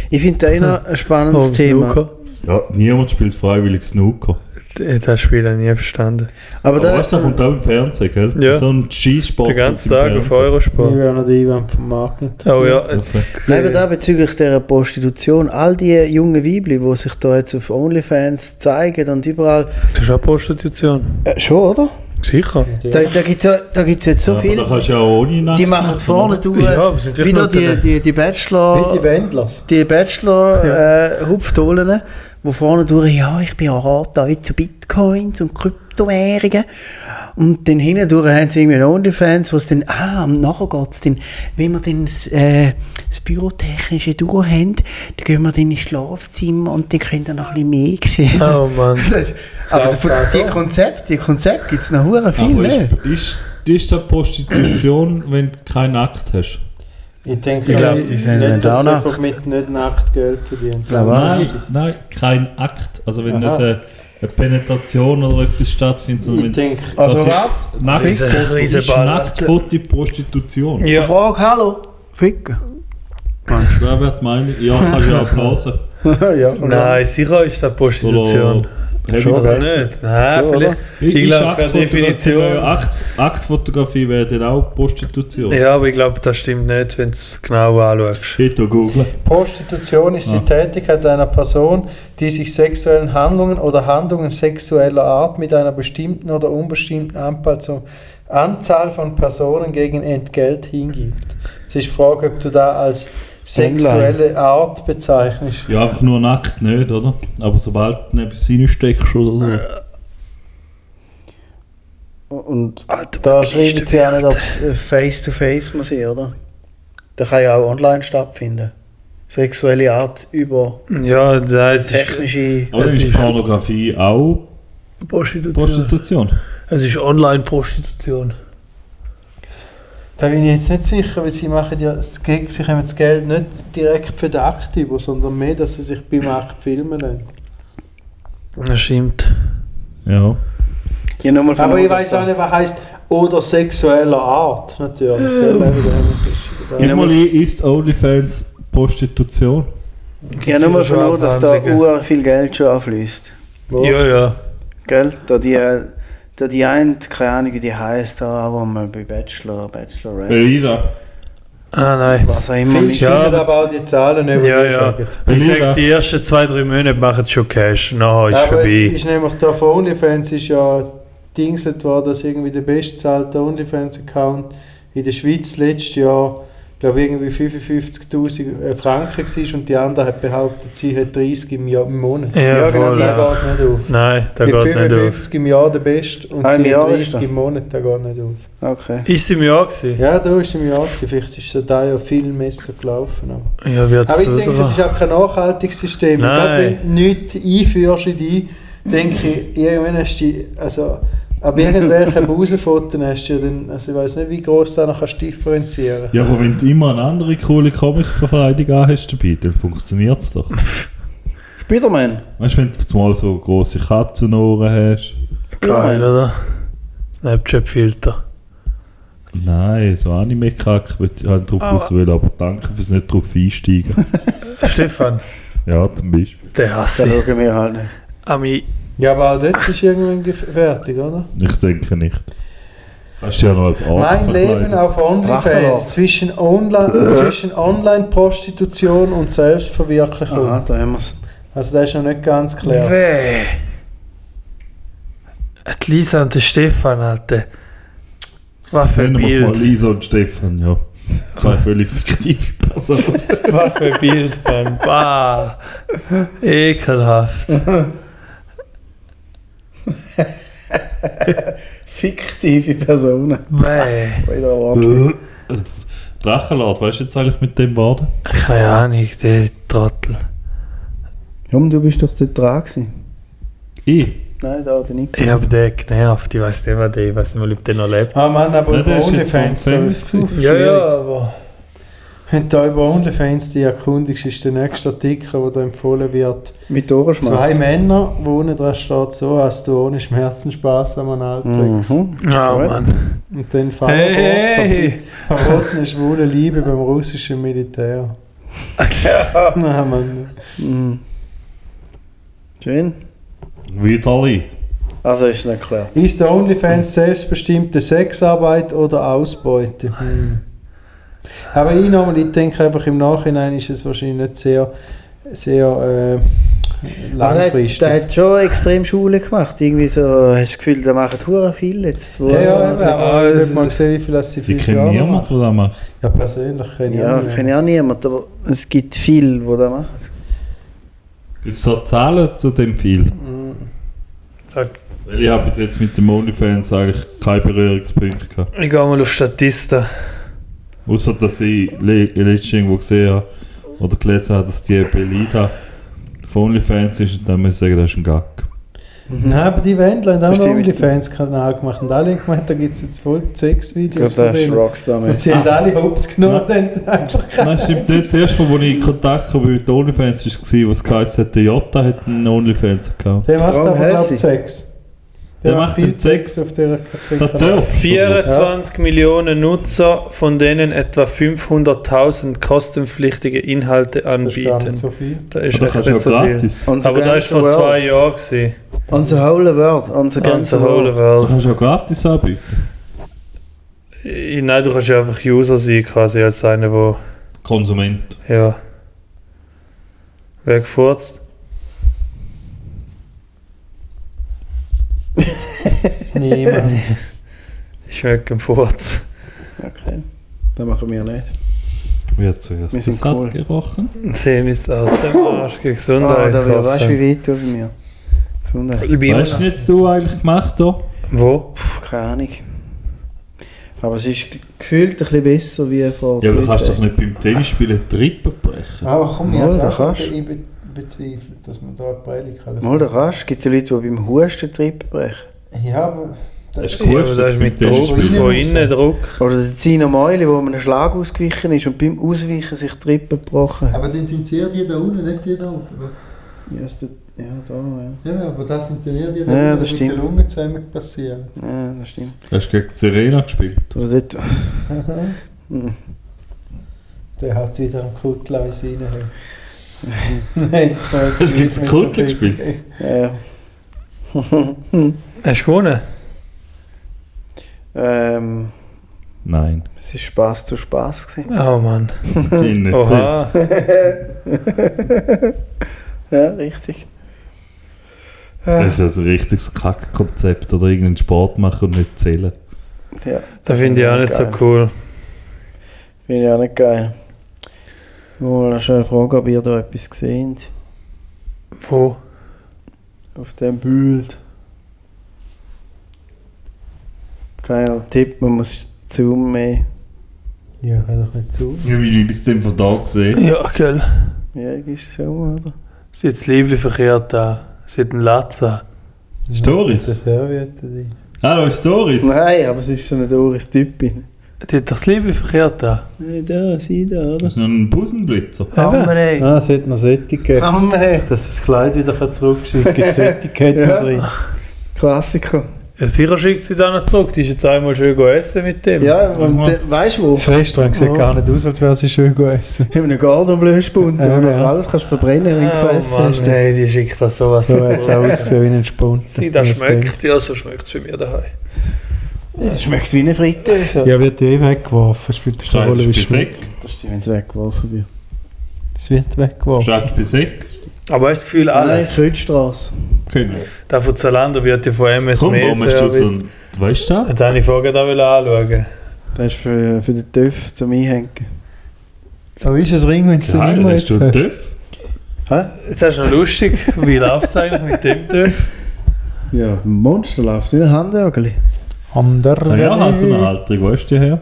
Ich finde da immer ein spannendes
Oh,
Thema.
Snooker.
Ja, niemand spielt freiwillig Snooker.
D- Äh, Das Spiel habe ich nie verstanden.
Aber
Aber
da,
weißt du, das kommt auch im Fernsehen, gell?
Ja.
So ein Schießsport.
Den ganzen Tag auf
also.
Ich
Eurosport.
wäre noch der Einwand vom Markt
Oh
interessiert.
ja, jetzt.
Eben da bezüglich der Prostitution, all die jungen Weibli, die sich da jetzt auf OnlyFans zeigen und überall.
Das ist auch Prostitution.
Äh, schon, oder?
Sicher.
Da, da gibt es ja, da gibt's jetzt so
So viel.
viele.
Da kannst du ja auch ohne
die
nackt
machen vorne durch.
Ja, aber sind gleich
wieder
noch
äh, die,
drin.
die, die Bachelor.
Wie die Wendlers.
die Bachelor äh, Hupfdohlen, die vorne durch, ja, ich bin Arater heute zu Bitcoins und Kryptowährungen. Und dann hinten durch haben sie irgendwie Onlyfans, wo es dann, ah, und nachher geht es dann, wenn wir dann das, äh, das bürotechnische Duo haben, dann gehen wir dann ins Schlafzimmer und dann können wir noch ein bisschen mehr sehen.
Oh Mann.
Das- Aber von, die Konzepte, die Konzepte gibt es noch hure viel,
Aber
ne?
Ah, ist, ist, ist das Prostitution, wenn du keinen Nackt hast?
Ich denke,
Ich glaub, die
nicht,
sind
nicht,
nicht
dass
auch
sie einfach
nackt.
mit nicht nackt Geld verdienen.
Glaub auch.
Nein, nein, kein Akt. Also wenn
Aha.
nicht eine, eine Penetration oder etwas stattfindet, sondern
Ich
wenn
denke,
Also,
Also-
warte.
nackt
Riese- riese
ist
Ballert.
nackt Foto Prostitution.
Ja. Frage, hallo. Ficken.
Wer wird meinen? Ja, kannst du ja applausen.
ja,
Nein, sicher ist das Prostitution.
Heavy-
Schon oder nicht? Nein,
Schon,
vielleicht. Ich glaube, per Definition.
Aktfotografie wäre dann auch Prostitution.
Ja, aber ich glaube, das stimmt nicht, wenn du es genau anschaust.
Ich tu googeln.
Prostitution ist
Ja.
die Tätigkeit einer Person, die sich sexuellen Handlungen oder Handlungen sexueller Art mit einer bestimmten oder unbestimmten Anzahl, zum Anzahl von Personen gegen Entgelt hingibt. Es ist die Frage, ob du da als sexuelle Art bezeichnest.
Ja, einfach nur nackt nicht, oder? Aber sobald du etwas reinsteckst oder
Und da schreiben sie ja nicht, ob es äh, face-to-face muss sein, oder? Da kann ja auch online stattfinden. Sexuelle Art über
Ja, das ist,
technische
so. Aber
Es
dann ist
ist-
Pornografie auch
Prostitution.
Prostitution.
Es ist Online-Prostitution.
Da bin ich jetzt nicht sicher, weil sie machen ja das Geld, sie haben das Geld nicht direkt für den Akt über, sondern mehr, dass sie sich beim Akt filmen lassen.
Das stimmt.
Ja.
Ja, nochmal von
Aber ich
Odersa.
weiß auch nicht, was heißt oder sexueller Art natürlich. Ja, eben, das ist-
Einmal ist OnlyFans Prostitution.
Ja,
Gibt's
nochmal
schon
von dass da
Abhandlungen?
uhr viel Geld schon anfließt.
Wo?
Ja, ja.
Gell? Da die, äh, da die eine, keine Ahnung, wie die heißt da, aber mal bei Bachelor, Bachelorette,
Elisa.
Ah, nein.
was auch immer.
Viele
Mit,
Ja,
stimmen
aber-
aber auch die Zahlen nicht, die
Ja,
ihr
ja.
sagt.
Ich
Mega.
sag, die ersten zwei, drei Monate machen schon Cash. Nachher ist
Aber es
vorbei.
ist nämlich da von OnlyFans ist ja dingset worden, dass irgendwie der bestzahlte OnlyFans-Account in der Schweiz letztes Jahr glaube irgendwie 55'000 Franken war und die andere hat behauptet, sie hat 30 im, Jahr, im Monat. genau,
Ja, voll,
der
ja.
geht nicht auf.
Nein, da
Mit
geht nicht auf.
55 im Jahr der Beste und
Ah, im
sie
Jahr
hat
ist
30
er.
im Monat, der geht nicht auf.
okay.
Ist sie im Jahr gewesen?
Ja, da ist im Jahr, gewesen. vielleicht ist so da ja viel besser gelaufen. Aber,
Ja, wird
aber ich denke, es
es
ist auch kein nachhaltiges System. Und Gerade
Nein.
wenn du nichts einführst in dich, denke ich, irgendwann hast du, die- also ab irgendwelchen Busenfoten hast du ja dann, also ich weiß nicht, wie groß da noch kannst du differenzieren.
Ja, aber wenn du immer eine andere coole Comic-Verkleidung anhast dabei, dann funktioniert es doch.
Spiderman.
Weißt du, wenn du zumal so grosse Katzenohren hast?
Geil, oder? Snapchat-Filter.
Nein, so Anime-Kack würde ich halt
Ah.
drauf auswählen, aber danke fürs nicht drauf einsteigen.
Stefan,
ja, zum Beispiel.
der
Da
hasse ich.
schauen wir halt nicht.
Ami,
Ja, aber auch dort ist irgendwann gef- fertig, oder?
Ich denke nicht. Kannst du ja noch als Art
Mein Leben auf
Drachenlord.
OnlyFans, zwischen Online- zwischen Online-Prostitution und Selbstverwirklichung.
Aha, da haben wir es.
Also das ist noch nicht ganz klar.
weh. Die Lisa und der Stefan, Alter. Was für ein
Nennen wir mal
Bild.
Lisa und Stefan, ja. Zwei völlig fiktive Personen.
Was für ein Bild, Mann. Bah. Ekelhaft.
Fiktive Personen.
Weh.
Wieder Wortwitz.
Drachenlord, weißt du jetzt eigentlich mit dem Worten?
Keine Ahnung, der Trottel.
Komm, du bist doch dort dran gewesen.
Ich?
Nein, da hat er nicht.
Ich habe den genervt. Ich weiß nicht mehr, der- ich weiß nicht mehr, ob der noch lebt.
Ah Mann, aber
Ja,
über
der ist jetzt
OnlyFans,
vom
da
Fans
ist es super
Ja,
schwierig.
ja, aber.
Wenn du da über OnlyFans dich erkundigst, ist der nächste Artikel, der da empfohlen wird,
Mit
zwei
Ohrenschmerzen.
Männer, wo unten dran steht, so hast du ohne Schmerzen Spaß am Analsex.
Mhm.
Ja,
Gut.
Mann.
Und dann fallen
Hey,
verbotene schwule Liebe beim russischen Militär. Nein, Mann.
Mhm. Schön.
Widerli.
Also ist nicht klar.
Ist der OnlyFans selbstbestimmte Sexarbeit oder Ausbeute? Hm. Aber ich nochmal, ich denke einfach im Nachhinein ist es wahrscheinlich nicht sehr, sehr äh,
Aber der, hat-
langfristig.
der hat schon extrem Schule gemacht. Irgendwie so, hast du das Gefühl, da machen hure viel jetzt. wo-
ja, ja, eben,
Ja,
aber ich
es-
habe mal gesehen, wie viel das sie
Ich
fünf
kenne
Jahre noch
niemanden,
machen.
der das macht.
Ja, persönlich kenne ich
Ja,
auch
kenne ich auch niemand, aber es gibt viele, die das machen.
Gibt es da Zahlen zu dem Film?
niemanden.
Weil ich habe bis jetzt mit dem OnlyFans eigentlich keine Berührungspunkte gehabt.
Ich gehe mal auf Statista.
Außer, dass ich le letztens irgendwo gesehen habe oder gelesen habe, dass die Belida von OnlyFans ist und dann muss ich sagen, das ist ein Gag.
Nein, aber die Wendler haben auch
Das
einen
stimmt.
OnlyFans-Kanal gemacht und alle haben gemeint, da gibt es jetzt voll sechs Videos von denen.
Rockstar
Und sie haben alle Hops genommen und haben einfach
Nein, stimmt nicht. Das erste Mal, wo ich in Kontakt kam mit OnlyFans, war, was geheißen hat, der Jota hat einen OnlyFans-Account.
Der macht
Strong
aber, glaube
Healthy.
ich, sechs.
Der macht
viel
den Sex.
Auf der
Das darfst du.
24 Millionen Nutzer, von denen etwa 500.000 kostenpflichtige Inhalte
Das ist gar nicht
anbieten.
so viel.
Das ist
Aber
echt
kannst du
nicht so
ja
viel.
gratis.
Unser
Aber das war vor zwei Ah, Jahren. gewesen.
On the whole world. On the
Ganz
ganze
whole
world.
Du
world.
kannst ja gratis anbieten.
Äh, Nein, du kannst ja einfach User sein, quasi, als einer, der
Konsument.
Ja. Wer gefurzt?
Niemand.
Ich schmecke im Furz.
Okay. Das machen wir nicht.
Wer zuerst
Wir sind
das hat
cool.
gerochen?
Sehen ist aus dem Arsch gegen
Ah,
Gesundheit.
da
kochen.
wir, weißt du, wie weit du bei mir? Gesundheit.
ich bin
Weißt du jetzt du eigentlich gemacht da?
Wo?
Puh, keine Ahnung. Aber es ist g- gefühlt ein bisschen besser wie vor
Ja, aber du
drei
kannst doch
Tagen.
nicht beim Tennisspielen Trippen brechen.
Aber komm, ich
Mal,
hab's
da
auch
kannst.
be- ich be- bezweifle, dass man da eine Predigt kann.
Mal, da kannst. Es gibt ja Leute, die beim Husten Trippen brechen.
Ja, aber... Das
Das ist
Ja,
gut.
aber da ist mit
Beim
Druck,
Tennisspielen.
von innen Druck.
Oder der Zino Meuli, der einem Schlag ausgewichen ist und beim Ausweichen sich die Rippen gebrochen hat.
Aber dann sind sie eher die da unten, nicht die da oben.
Ja, es tut- ja, da, ja.
Ja, aber das sind dann eher die da
Ja,
unten,
das
die
stimmt.
mit den Lungen zusammen passieren.
ja, das stimmt.
Hast du gegen Serena gespielt?
Oder dort. Mhm.
Der hat wieder am Kuttleis rein.
Mhm.
Nein, das war jetzt
Es gibt
nicht
Kuttel
mit
gespielt.
dabei.
Ja.
Hast du gewonnen?
ähm,
Nein.
es war Spaß zu Spaß. Gewesen.
Oh Mann.
Sie nicht.
Oha.
Ja, richtig.
Das
Äh,
ist also ein richtiges Kackkonzept. Oder irgendeinen Sport machen und nicht zählen.
Ja,
Das finde ich auch nicht so
geil.
cool.
Finde ich auch nicht geil. Mal eine schöne Frage, ob ihr da etwas gesehen habt.
Wo?
Auf dem Bild. Kleiner Tipp, man muss zoomen.
Ja, hör doch nicht zu.
Ja, wie du das denn von da gesehen
Ja, gell.
Ja, ist es um, oder?
Sie hat das Liebling verkehrt da. Sie hat einen Latz an.
Stories.
Das Serviette. die-
Ah, da ist Doris.
Nein, aber es ist so eine Doris Typin.
Die hat doch das Leben verkehrt da.
Nein, da, sie da, oder?
Das ist noch ein Busenblitzer.
Hammer, ey.
Ah, es hat noch Sättige.
Hammer, hey.
Dass das Kleid wieder zurückschicken kann, Sättige
Ja.
ja. drin.
Klassiker.
Ja, sicher schickt sie da noch zurück. Die ist jetzt einmal schön go essen mit dem.
Ja, und
Mal.
äh, weißt du wo?
Das Restaurant
Oh.
sieht gar nicht aus, als wäre sie schön gegessen.
In einem Gordon Bleu-Spund,
Ja,
wo du
ja.
alles kannst verbrennen wenn du
oh,
gefressen
Mann,
hast.
nein, die schickt das sowas.
So hat es auch ausgesehen wie ein Spund.
Sie, das schmeckt. Ja, so schmeckt es bei mir daheim.
Das schmeckt wie eine Fritteuse.
Ja, wird eh weggeworfen. Spielt das eine
Schreibst
Rolle,
du
wie
bei
schmeckt.
Säck?
Das stimmt, wenn es weggeworfen wird.
Es wird weggeworfen.
Schreibst du bei Säck?
Aber hast du das Gefühl,
Nein,
alles.
Südstraße.
Können.
Da von Zalando wird ja von MS
Komm,
mehr
warum hast du so
Service.
ein... Weißt du das?
Das wollte ich vorher da anschauen.
Das ist für, für den TÜV zum Einhängen.
So ist es Ring, wenn es den
Geil,
immer
hast
jetzt
du einen
hast.
Töff?
Hä?
Jetzt hast du noch lustig, wie läuft es eigentlich mit dem Töpf?
Ja, Monster läuft wie ein Handörgeli.
Ah
Andere.
ja, hast du eine Alterung, weißt du die her?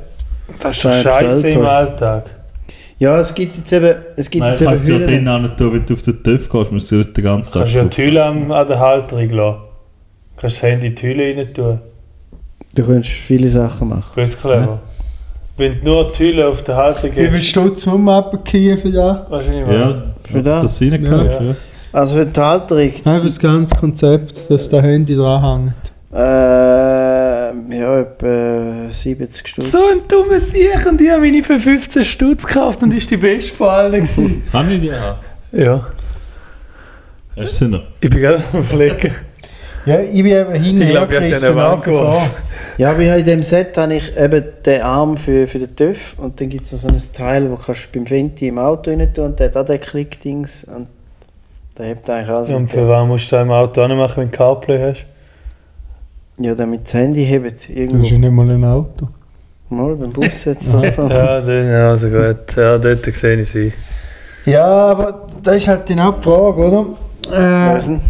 Das ist
Nein,
Scheiße
bestellt
im
habe.
Alltag.
Ja, es gibt jetzt eben, es gibt
Nein,
jetzt
kannst du ja
eben
drinnen
Hüllen.
auch nicht tun, wenn du auf den TÜV gehst, musst du den ganzen Tag
Kannst ja
tun.
die Hülle an, an der Halterung lassen. Kannst das Handy in die Hülle rein tun.
Du kannst viele Sachen machen.
Grüß clever. Wenn du nur die Hülle auf der Halterung
Wie viel
hast,
Stutz muss man abgehen für das?
wahrscheinlich mal.
Ja,
Für
für
das?
das. Das reingehört,
Ja.
ja.
Also für die Halterung,
Einfach das ganze Konzept, dass der Handy dran hängt.
äh, ja, etwa 70 Stunden.
ein dummer Sieg und ich habe meine für 15 Stutz gekauft und ist die beste von allen gewesen.
Kann ich die auch?
Ja,
Hast du sie noch?
ich bin gerade am Flecken.
Ja, ich bin eben hin
Ich glaub, ich hab's ja nicht angeworfen.
Ja, aber ich habe in dem Set habe ich eben den Arm für, für den TÜV und dann gibt es noch so ein Teil, wo kannst du beim Fenty im Auto rein tun und der hat auch den Klickdings und der hebt eigentlich alles.
Und
mit
für
dem-
was musst du da im Auto auch machen, wenn du CarPlay hast?
Ja, damit das Handy hebt.
Du hast
Irgendwo.
ja nicht mal ein Auto.
Mal beim Bus jetzt. Also.
Ja, dann, ja, also gut. Ja, dort sehe ich sie.
Ja, aber das ist halt die Hauptfrage, oder? Äh,
Weissen?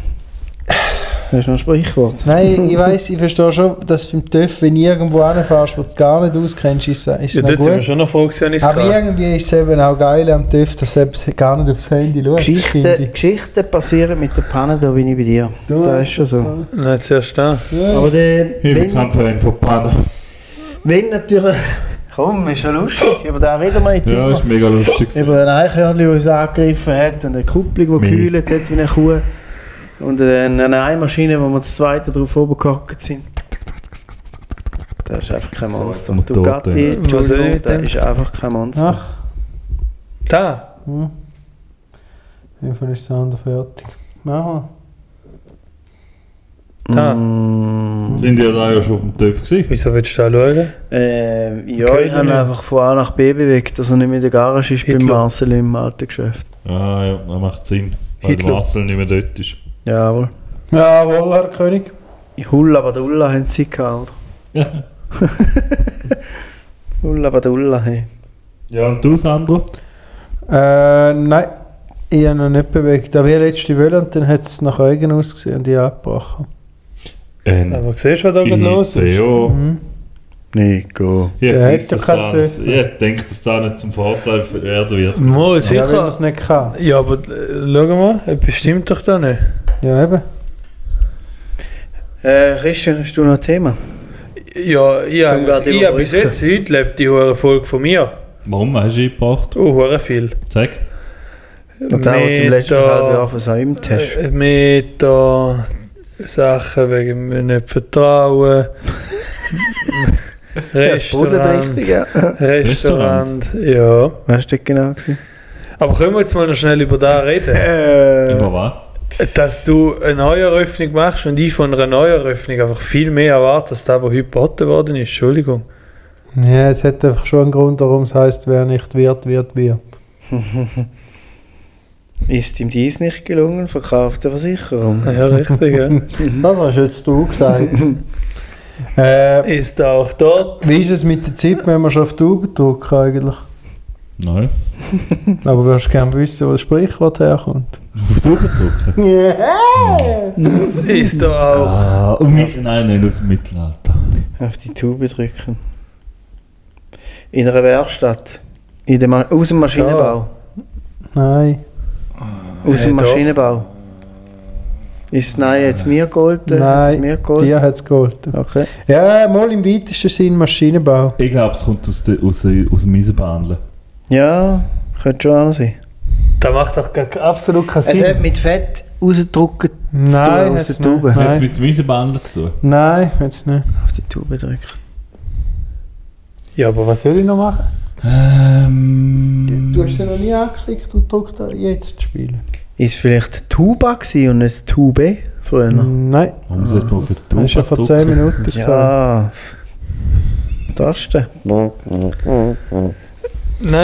Das ist noch ein Sprichwort.
Nein, ich weiß, ich verstehe schon, dass beim TÜV, wenn du irgendwo hinfährst, wo du gar nicht auskennst, ist es ist
Ja,
es
dort sind
noch
wir
gut.
schon noch froh gewesen, ich
Aber irgendwie ist es eben auch geil am TÜV, dass du eben gar nicht aufs Handy schaust. finde
Geschichten,
ich.
Geschichten passieren mit der Panne, da bin ich bei dir.
Du-
Das ist schon so.
Nein, zuerst da.
Ja.
Aber der,
Ich bin
wenn,
kein Fan von Pannen.
wenn natürlich. Komm, ist ja lustig. Über den reden wir jetzt
Ja,
immer.
ist mega lustig. gewesen.
Über ein Eichhörnchen, das uns angegriffen hat und eine Kupplung, die
Mei.
gehüllt hat wie eine Kuh. Und eine eine Eimaschine, wo wir das zweite drauf oben gehockt sind. Das ist einfach kein Monster.
zum Tod,
Ducati,
ja.
Was soll
Entschuldigung,
ich
das
denn?
ist einfach kein Monster.
Ach,
Da?
hm. Jedenfalls ist das andere fertig. Aha.
Da.
Mhm. Mm.
Sind die da ja schon auf dem TÜV gewesen?
Wieso willst du da schauen?
Ähm, ja,
Okay,
ich habe ihn
ja.
einfach von A nach B bewegt, dass er nicht mehr in der Garage ist beim
Hitler.
Marcel im alten Geschäft.
Ah ja, das macht Sinn. Weil
Hitler.
Marcel nicht mehr dort ist.
Jawohl.
Jawohl, Herr König.
Hulla Badulla haben sie gehabt, oder? Hulla Badulla, hey.
Ja, und du, Sandro?
Äh, nein, ich habe noch nicht bewegt. Aber ich habe letzte Welle und dann hat es nach Eugen ausgesehen und ich habe abgebrochen.
Ein
Aber siehst du, was da gerade los ist?
ICO.
Mhm.
Nico.
Ich
Der
denke,
hat doch keinen TÜV mehr.
dass das nicht zum Vorteil werden wird.
Mal,
Ja, wenn man es
sicher.
nicht kann.
Ja, aber äh, schau mal, etwas stimmt doch da nicht.
Ja, eben.
Äh, Christian, hast du noch ein Thema?
Ja, ich
Zum gerade
habe ich hab bis
überbrücken.
jetzt, heute lebt die hohe Folge von mir.
Warum hast du ihn gebracht?
Oh, hure viel.
Sag.
Und da, wo du im letzten halben Jahr versäumt hast.
äh, Mit da Sachen wegen mir nicht vertrauen.
Äh,
Restaurant,
ja.
Restaurant, ja.
ähm, Was war das genau? Gewesen?
Aber können wir jetzt mal noch schnell über da reden?
Äh,
Über was?
Dass du eine Neueröffnung machst und ich von einer Neueröffnung einfach viel mehr erwarte, als das, was heute geboten worden ist. Entschuldigung.
Ja, es hat einfach schon einen Grund, warum es heisst, wer nicht wird, wird wir.
Ist ihm dies nicht gelungen, verkauft eine Versicherung.
Ja, richtig, ja.
Das hast jetzt du gesagt. äh,
Ist da auch dort.
wie ist es mit der Zeit, wenn wir schon auf die Augen drücken eigentlich?
Nein.
Aber würdest du gerne wissen, wo das Sprichwort herkommt?
Auf die Überdruck.
Ist da auch.
Ah, und mit, nein, nicht aus dem Mittelalter.
Auf die Tube drücken. In einer Werkstatt. In der Ma aus dem Maschinenbau.
Nein.
Aus dem
Äh, doch.
Maschinenbau. Ist das Nein jetzt mir golden? Hat es
Nein,
mir golden?
dir hat es geholfen.
Okay.
Ja, mal im weitesten Sinn Maschinenbau.
Ich glaube, es kommt aus, der, aus, aus dem Eisenbahnle.
Ja, könnte schon auch sein.
Das macht doch gar- absolut keinen
Es hat
Sinn.
mit Fett rausgedruckt,
Nein,
aus
hat's
der
nicht.
Tube.
Hat es
Nein,
mit dem Eisenbahnle zu tun?
nein, jetzt nicht.
auf die Tube drückt.
Ja, aber was soll ich noch machen?
Ähm.
Du hast ja noch nie angeklickt und drückt jetzt spielen.
Ist vielleicht Tuba gewesen und nicht Tube früher?
Nein,
Warum sollte man für die
das ist Ah. ja vor 10 Minuten gesagt.
Ja. Taste.
Nein,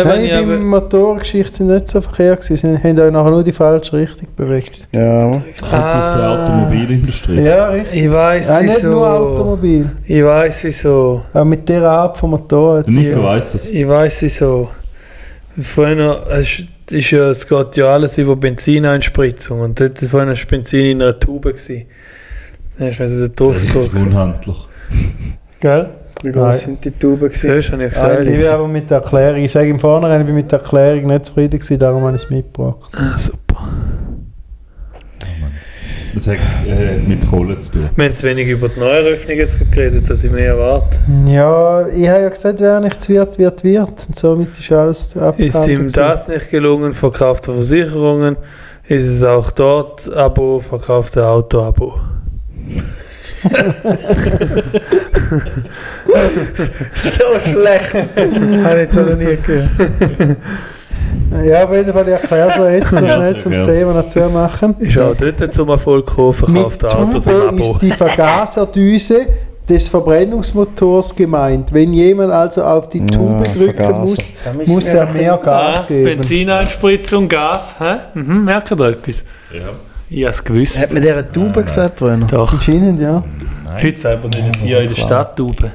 wenn
Nein,
ich
die
aber...
Motorgeschichten sind nicht so verkehrt gewesen. Sie haben euch nachher nur die falsche Richtung bewegt.
Ja.
Kommt aus der
Ah.
Automobilindustrie?
Ja, richtig.
Ich weiß
Ja, nicht nur
wieso.
Automobil.
Ich weiß wieso.
Auch mit dieser Art von Motor. Jetzt.
Nico
Ja.
weiss das.
Ich weiß wieso. Früher es ist ja, es geht ja alles über Benzineinspritzung und dort vorhin war Benzin in einer Tube. Gewesen. Dann hast du also den Druck
Richtig
gedrückt.
unhandlich.
Gell?
Wie
Nein.
groß sind die Tuben gewesen?
Siehst du, habe ich
Ah,
gesagt.
ich bin aber mit der Erklärung, ich sage im Vornherein, ich bin mit der Erklärung nicht zufrieden gewesen, darum habe ich es mitgebracht.
Ah, super.
Das hat äh, mit Kohle zu tun.
Wir haben zu wenig über die Neueröffnung jetzt geredet, dass ich mehr erwarte.
Ja, ich habe ja gesagt, wer nichts wird, wird, wird. Und somit ist alles abgehandelt.
Ah,
Ist ihm
gewesen.
das nicht gelungen, verkaufte Versicherungen, ist es auch dort Abo, verkaufte Auto-Abo.
so schlecht. Habe ich jetzt auch noch nie gehört.
Ja, auf jeden Fall, ich erkläre es euch jetzt noch
Ja,
schnell
sehr
zum
gerne.
Thema noch zu machen.
Ist auch dort zum Erfolg gekommen,
Mit
verkaufte Autos im
Turbo
Abo.
ist die Vergaserdüse des Verbrennungsmotors gemeint. Wenn jemand also auf die Tube drücken
Vergaser.
muss, muss er mehr Gas
Ah,
geben.
Benzineinspritzung, Gas, hä? Mhm, merkt ihr da etwas?
Ja.
Ich hab's gewusst.
Hat man dieser Tube gesagt früher?
Doch.
Anscheinend, ja.
Heute selber nicht hier in der Stadt tuben.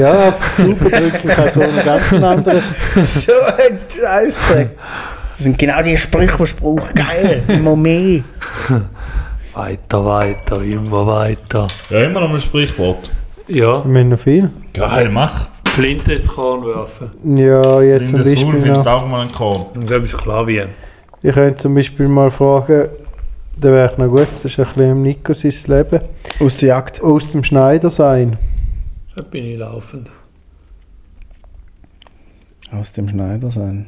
Ja, auf die Tube drücken kann so einen ganz anderen.
so ein Scheißdreck. Das sind genau die Sprüche, die ich brauche. Geil, immer mehr.
Weiter, weiter, immer weiter.
ja, immer noch ein Sprichwort.
Ja,
Wir haben noch viel.
Geil, mach.
Flinte ins Korn werfen.
Ja, jetzt zum
Lindes Huhn
Beispiel noch.
findet auch mal einen Korn.
Und dann bist du klar wie.
Ich könnte zum Beispiel mal fragen, da wäre ich noch gut, das ist ein bisschen im Nico sein Leben.
Aus der Jagd.
Aus dem Schneider sein.
Da bin ich laufend.
Aus dem Schneider sein.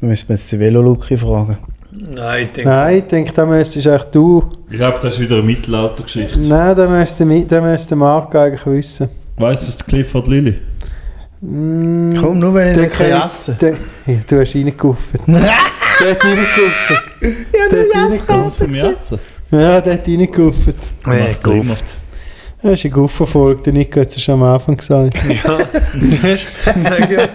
Da müssen wir jetzt die Veloluki fragen.
Nein, ich denke,
Nein, ich denke, da müsstest eigentlich du.
Ich glaube, das ist wieder eine Mittelaltergeschichte.
Nein, da müsste, mi- da müsste Marc eigentlich wissen.
Weißt du, das Clifford Lilly?
Mm,
Komm, nur wenn ich
den
nicht
kenn
Jassen.
den- ja, Du hast reingeguffert. du hast reingeguffert. Ja, der hat reingeguffert.
Kommt vom Jassen.
Ja, der hat reingeguffert.
Nee,
Macht's immer.
Das ist eine Gufferfolge, der Nico hat es schon am Anfang gesagt.
sag
Es ist erst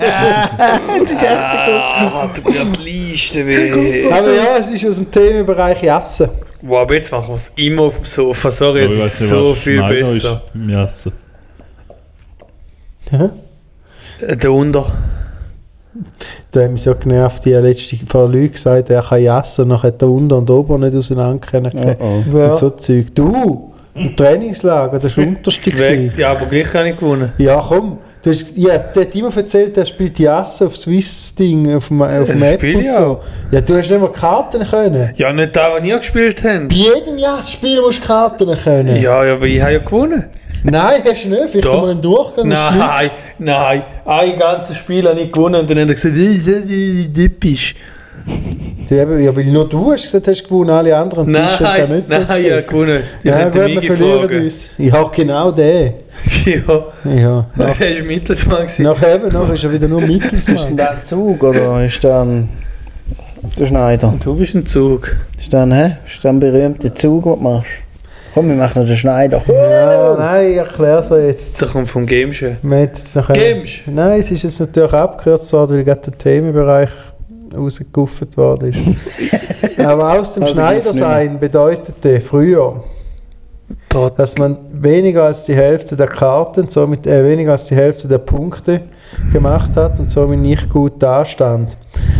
Ah, du mir die Liste weh.
Aber ja, es ist aus dem Themenbereich Jassen.
Wow, aber jetzt machen wir es immer auf dem Sofa. Sorry,
Aber
es
ich
ist
weiss nicht,
so
was
viel
Schneider
besser.
Ist im Jassen.
Hä?
Äh, Der Unter.
Da haben mich so genervt, die letzte vor Leuten gesagt, er kann jassen und nachher da unten und oben nicht auseinanderkennen.
der oh, oh.
Und so Zeug. Du, im Trainingslager, das war unterste.
Weg.
gewesen.
Ja, aber gleich habe ich gewonnen.
Ja, komm. Du hast, ja, der hat immer erzählt, er spielt Jassen auf Swiss-Ding, auf dem, auf dem
Das
App
spiele
und
ich
so. Ja, du hast nicht mehr Karten können.
Ja, nicht da, was ihr gespielt habt.
Bei jedem Jass-Spiel musst du Karten können.
Ja, ja, aber ich habe ja gewonnen.
Nein, hast du nicht. Vielleicht
Doch.
mal einen Durchgang. hast du
Nein, nein. Ein ganzes Spiel habe ich gewonnen und dann hat er gesagt, wie, wie, wie typisch.
gewonnen. Ja, aber- Ja, weil nur du hast gesagt, hast gewonnen, alle anderen am Tisch haben da
Nein,
nicht so
nein, ich habe
gesagt.
gewonnen. Ich
ja,
hätte
gut, wir
mich
verlieren
gefragt.
uns. Ja, genau der.
Ja,
Ja.
er war Mittelsmann. gewesen.
Nachher eben, nachher ist er wieder nur Mittelsmann.
der Zug oder ist der ein der Schneider?
Du bist ein Zug.
Ist der ein, hä? Ist der ein berühmter Zug, den du machst? Komm, wir machen noch den Schneider.
ja, nein, ich erkläre es euch jetzt.
Der kommt vom Gamesche.
Wir hätten jetzt noch
Games!
Nein, es ist jetzt natürlich abgekürzt worden, weil gerade der Themenbereich rausgeguffert worden ist. Aber aus dem
Also
Schneidersein bedeutete früher,
Trotz.
dass man weniger als die Hälfte der Karten, somit äh, weniger als die Hälfte der Punkte gemacht hat und somit nicht gut dastand.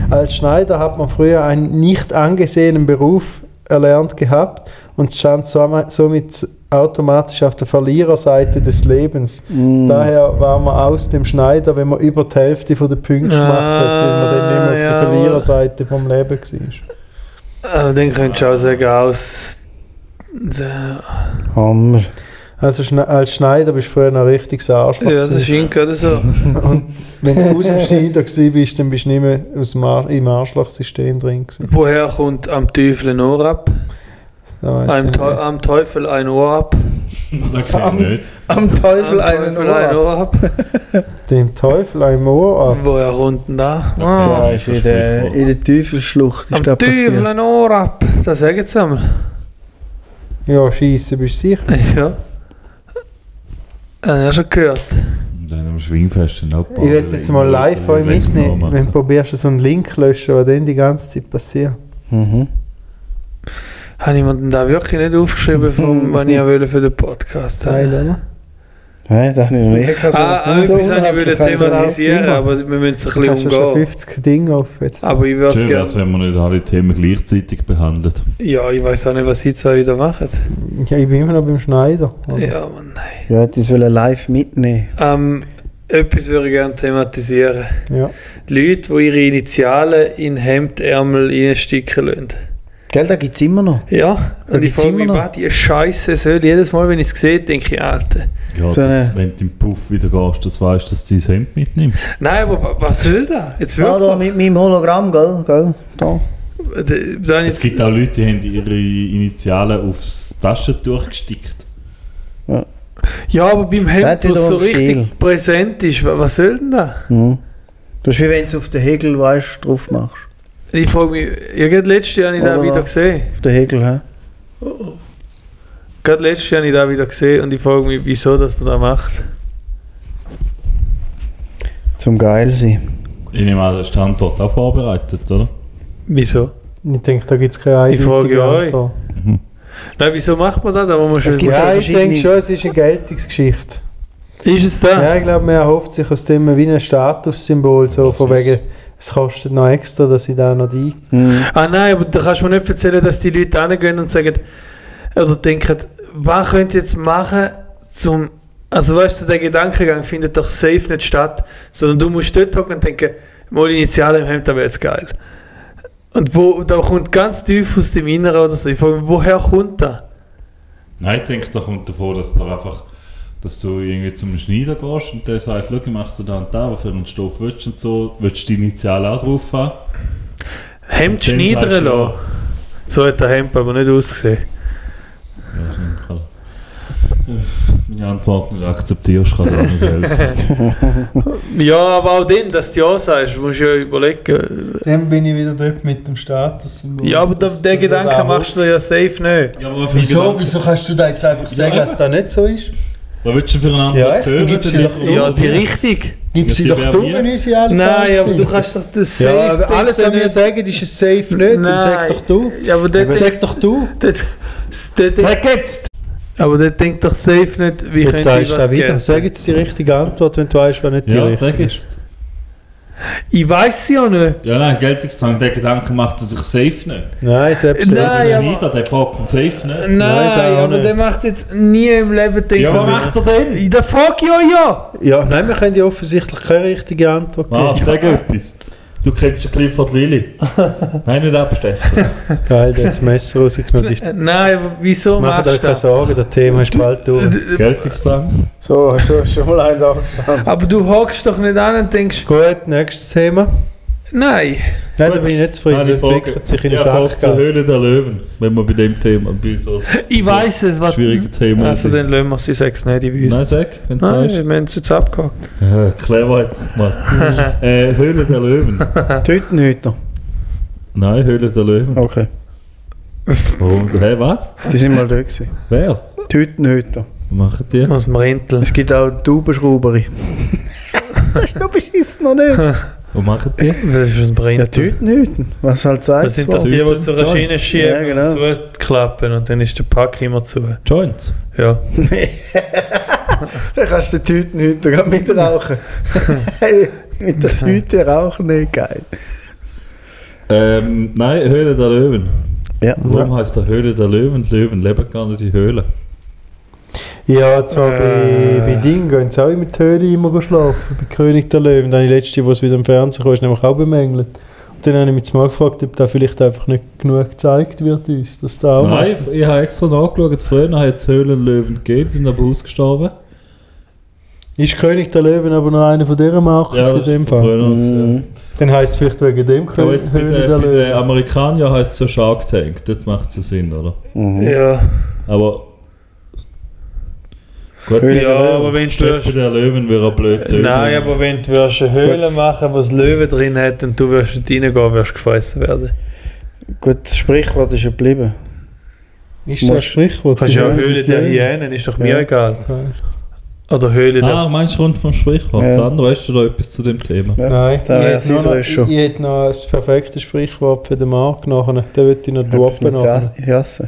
Als Schneider hat man früher einen nicht angesehenen Beruf erlernt gehabt und stand som- somit automatisch auf der Verliererseite des Lebens. Daher war man aus dem Schneider, wenn man über die Hälfte von der Punkte gemacht hat, weil man dann
Ah,
nicht mehr auf der
jawohl.
Verliererseite vom Leben war.
Aber Ah, dann könntest du auch sagen, aus. der-
Hammer.
Also Schne- als Schneider bist du früher noch richtig Arschloch.
Ja, das
gewesen.
ist Inka oder so.
Wenn du aus dem Schneider gewesen bist, dann bist du nicht mehr aus dem Ar im Arschlochsystem drin gewesen.
Woher kommt am Teufel ein Ohr ab?
Da weiss ich
Am,
nicht.
Teu am Teufel ein Ohr ab?
Das kann ich nicht.
Am Teufel
am
einen
Teufel ein
Ohr.
Ohr ab?
Dem Teufel ein Ohr ab.
Woher kommt denn da? Ah.
Da ist in
äh,
der, in der Teufelschlucht
Am
ist das
Teufel
passiert.
ein Ohr ab, das sagen sie einmal.
Ja, scheiße, bist du sicher.
Ja. Das habe ich auch schon gehört.
Und dann am Schwingfest den Abbau.
Ich werde jetzt mal live von euch mitnehmen, wenn du probierst, so einen Link zu löschen, was dann die ganze Zeit passiert.
Mhm.
Habe ich mir denn da wirklich nicht aufgeschrieben, vom,
Mhm.
was ich auch wollte für den Podcast
Nein,
habe?
oder?
Nein, das habe ich noch nie
Ah, ah,
so
etwas habe ich wollte
unabhängig.
thematisieren, aber wir müssen es ein
Hast
bisschen
du schon
umgehen.
50 Dinge auf jetzt?
Aber ich würde es
Schön also. wäre
gerne.
wenn man nicht alle Themen gleichzeitig behandelt.
Ja, ich weiß auch nicht, was sie zwei wieder machen.
Ja, ich bin immer noch beim Schneider.
Ja, Mann.
Ja, hätte ich es wollen live mitnehmen
Ähm, etwas würde ich gerne thematisieren.
Ja.
Leute, die ihre Initialen in Hemdärmel reinstecken lassen.
Gell, da gibt es immer noch.
Ja, und
die
ich frage mich,
Zimmer noch?
was die Scheiße soll. Jedes Mal, wenn ich es sehe, denke ich, Alter.
Ja,
So
das,
eine-
wenn du im Puff wieder gehst, dass du weißt, dass du dein Hemd mitnimmst.
Nein, aber wa- was soll das? Jetzt
Ja, da
wirklich?
mit meinem Hologramm, gell? gell? Da.
Da, da
Es
jetzt,
gibt auch Leute, die haben ihre Initialen aufs Taschentuch gestickt.
ja, aber beim
hat
Hemd, wo es
wiederum
so richtig
Stil.
präsent ist, wa- was soll denn das?
Mhm. Das ist wie wenn du es auf den Hegel weißt, drauf machst.
Ich frage mich, ja, gerade letztes Jahr habe ich
Oder
das wieder
noch?
gesehen.
Auf den Hegel, hä?
Gerade letztes Jahr habe ich das wieder gesehen und ich frage mich, wieso dass man das macht.
Zum Geil sein.
Ich nehme an, der Standort auch vorbereitet, oder?
Wieso?
Ich denke, da gibt es keine
Ich frage
eindeutige
euch.
Antwort.
Nein, wieso macht man das? Da muss man
Es
schon
gibt-
mal-
Ja, ich
verschiedene-
denke schon, es ist eine Geltungsgeschichte.
Ist es da?
Ja, ich glaube, man erhofft sich aus dem wie ein Statussymbol, so
Das
von
ist-
wegen, es kostet noch extra, dass ich da noch die.
Mhm.
Ah nein, aber da kannst du mir nicht erzählen, dass die Leute hingehen und sagen, oder denken, was könnt ihr jetzt machen, zum. Also weißt du, der Gedankengang findet doch safe nicht statt, sondern du musst dort hocken und denken, mal Initiale im Hemd, das wäre jetzt geil. Und wo, da kommt ganz tief aus dem Inneren oder so. Ich frage mich, woher kommt das?
Nein, ich denke, da kommt davor, dass du einfach dass du irgendwie zum Schneider gehst und der sagt, schau, ich mache dir da und da, was für einen Stoff willst du und so, willst du die Initialen auch drauf haben?
Hemd
Und dann sagst
schneidern
du,
lassen. So hat der Hemd aber nicht ausgesehen.
Ja, ist nicht klar. Meine Antwort nicht akzeptierst, kann ich auch nicht helfen.
Ja, aber auch dem, dass du ja sagst, musst du ja überlegen.
Dann bin ich wieder dort mit dem Statussymbol.
Ja, aber der, der Gedanke machst du dir ja safe nicht.
Ja, aber für
Wieso, wieso kannst du da jetzt einfach sagen, dass das nicht so ist?
Was willst du für eine
Ja,
Antwort
echt,
hören?
dann gib's sie
Dann
doch
lief-
Ja, die richtig.
Gib sie
Ja,
doch
die
dumm
wären wir.
unsere alle
Nein,
falsch
aber du
sind.
kannst doch das safe.
Ja, aber alles, was
denken
wir
nicht.
sagen, ist es safe nicht. Dann sag
Nein.
doch du.
Ja, aber der
Sag doch du.
denkt- der- der-
Sag jetzt!
Aber der denkt doch safe nicht, wie
Jetzt
könnte ich
sagst du
was
das wieder.
geben.
Sag jetzt die richtige Antwort, wenn du weißt, was nicht die
Ja,
richtige
sag jetzt.
Ich weiß ja nicht.
Ja, nein, Geltungszwang, der Gedanke macht er sich safe nicht.
Nein, selbst
Nein,
Der
aber-
Schneider, der fragt ihn safe nicht.
Nein,
der auch
aber
nicht.
der macht jetzt nie im Leben denkt
Ja,
er
was
sich-
macht er denn?
Da frag ich euch ja.
Ja, nein, wir können dir offensichtlich keine richtige Antwort geben.
Ah, sag etwas. Du kennst ja Clifford Lilly. Nein, nicht abstechen.
Geil, der hat das Messer rausgenommen. Die-
Äh, Nein, aber wieso
Mach
machst
dir
du
keine
das?
Sorgen, das Thema ist bald durch.
Geltungszwang.
So, hast du schon mal einen angeschaut.
Aber du hockst doch nicht an und denkst,
Gut, nächstes Thema.
nein.
Nein, da bin ich nicht zufrieden.
Nein,
Das
die Frage-
entwickelt sich in
Ja,
eine
Frage zur
Sachgasse.
Höhle der Löwen, wenn wir bei dem Thema, bei so
Ich weiß es, was.
schwierigen Themen
Also dann
sind.
lassen wir sie sechs nicht, ich
Nein,
weiß.
sag, wenn du
Nein,
sagst.
wir haben es jetzt abgehakt.
Ja, clever jetzt Äh, gemacht. äh, Höhle der Löwen.
Tütenhüter.
Nein, Höhle der Löwen.
Oh.
Okay.
Warum? Hä, was?
Die sind mal da gewesen.
Wer?
Tütenhüter.
Was machen die?
Aus dem Rentel.
Es gibt auch Taubenschrauberi. das ist doch beschissen noch nicht.
Was machen die?
Das ist aus dem
Ja,
Rentel.
Tütenhüten. Was halt sagt.
Das sind doch die, die
Tüten,
zur Maschine
Joints.
schieben
Ja, genau.
und zuklappen und dann ist der Pack immer zu.
Joints.
Ja.
Dann kannst du den Tütenhüter gerade mitrauchen. Mit der Tüte rauchen, nicht geil.
Ähm, nein, Höhle der Löwen.
Ja.
Warum heißt der Höhle der Löwen? Die Löwen leben gar nicht in Höhlen.
Ja, zwar
Äh.
bei, bei Ding gehen sie auch immer die Höhle immer schlafen. Bei König der Löwen. Dann die letzte, wo es wieder im Fernsehen kam, ist nämlich auch bemängelt. Und dann habe ich mich mal gefragt, ob da vielleicht einfach nicht genug gezeigt wird uns, dass da auch
Nein, ich habe extra nachgeschaut, früher hat es Höhlenlöwen gegeben, die sind aber ausgestorben.
Ist König der Löwen aber noch einer von dieser Marke in dem Fall?
früher noch. Ja.
Dann heisst es vielleicht wegen dem
Aber
König
jetzt bei
Höhle
den,
der
bei den
Löwen.
Amerikanern heisst es ja Shark Tank, dort macht es ja Sinn, oder?
Mhm.
Ja,
Aber. Gut,
ja aber wenn du
Statt bei
würdest,
den Löwen wäre ein blöd.
Nein, aber wenn du würdest eine Höhle
Gut.
machen, wo es Löwe drin hat und du würdest nicht reingehen, würdest du gefressen werden.
Gut, das Sprichwort ist ja geblieben.
Ist
Musst-
das ein Sprichwort?
Kannst ja
Die
eine
Löwen
Höhle
des
der
Löwen.
Hyänen, ist doch mir
Ja.
egal.
Geil.
Oder Höhle der
Ah, meinst du rund vom Sprichwort?
Ja.
Sandro, hast du da etwas zu dem Thema?
Ja.
Nein,
da
ich
wäre
hätte noch-
Cicero
ich,
schon.
ich hätte noch das perfekte Sprichwort für den Markt nachher. Den würde ich noch
Etwas
droppen.
mit
nachher.
Ja- Jasse.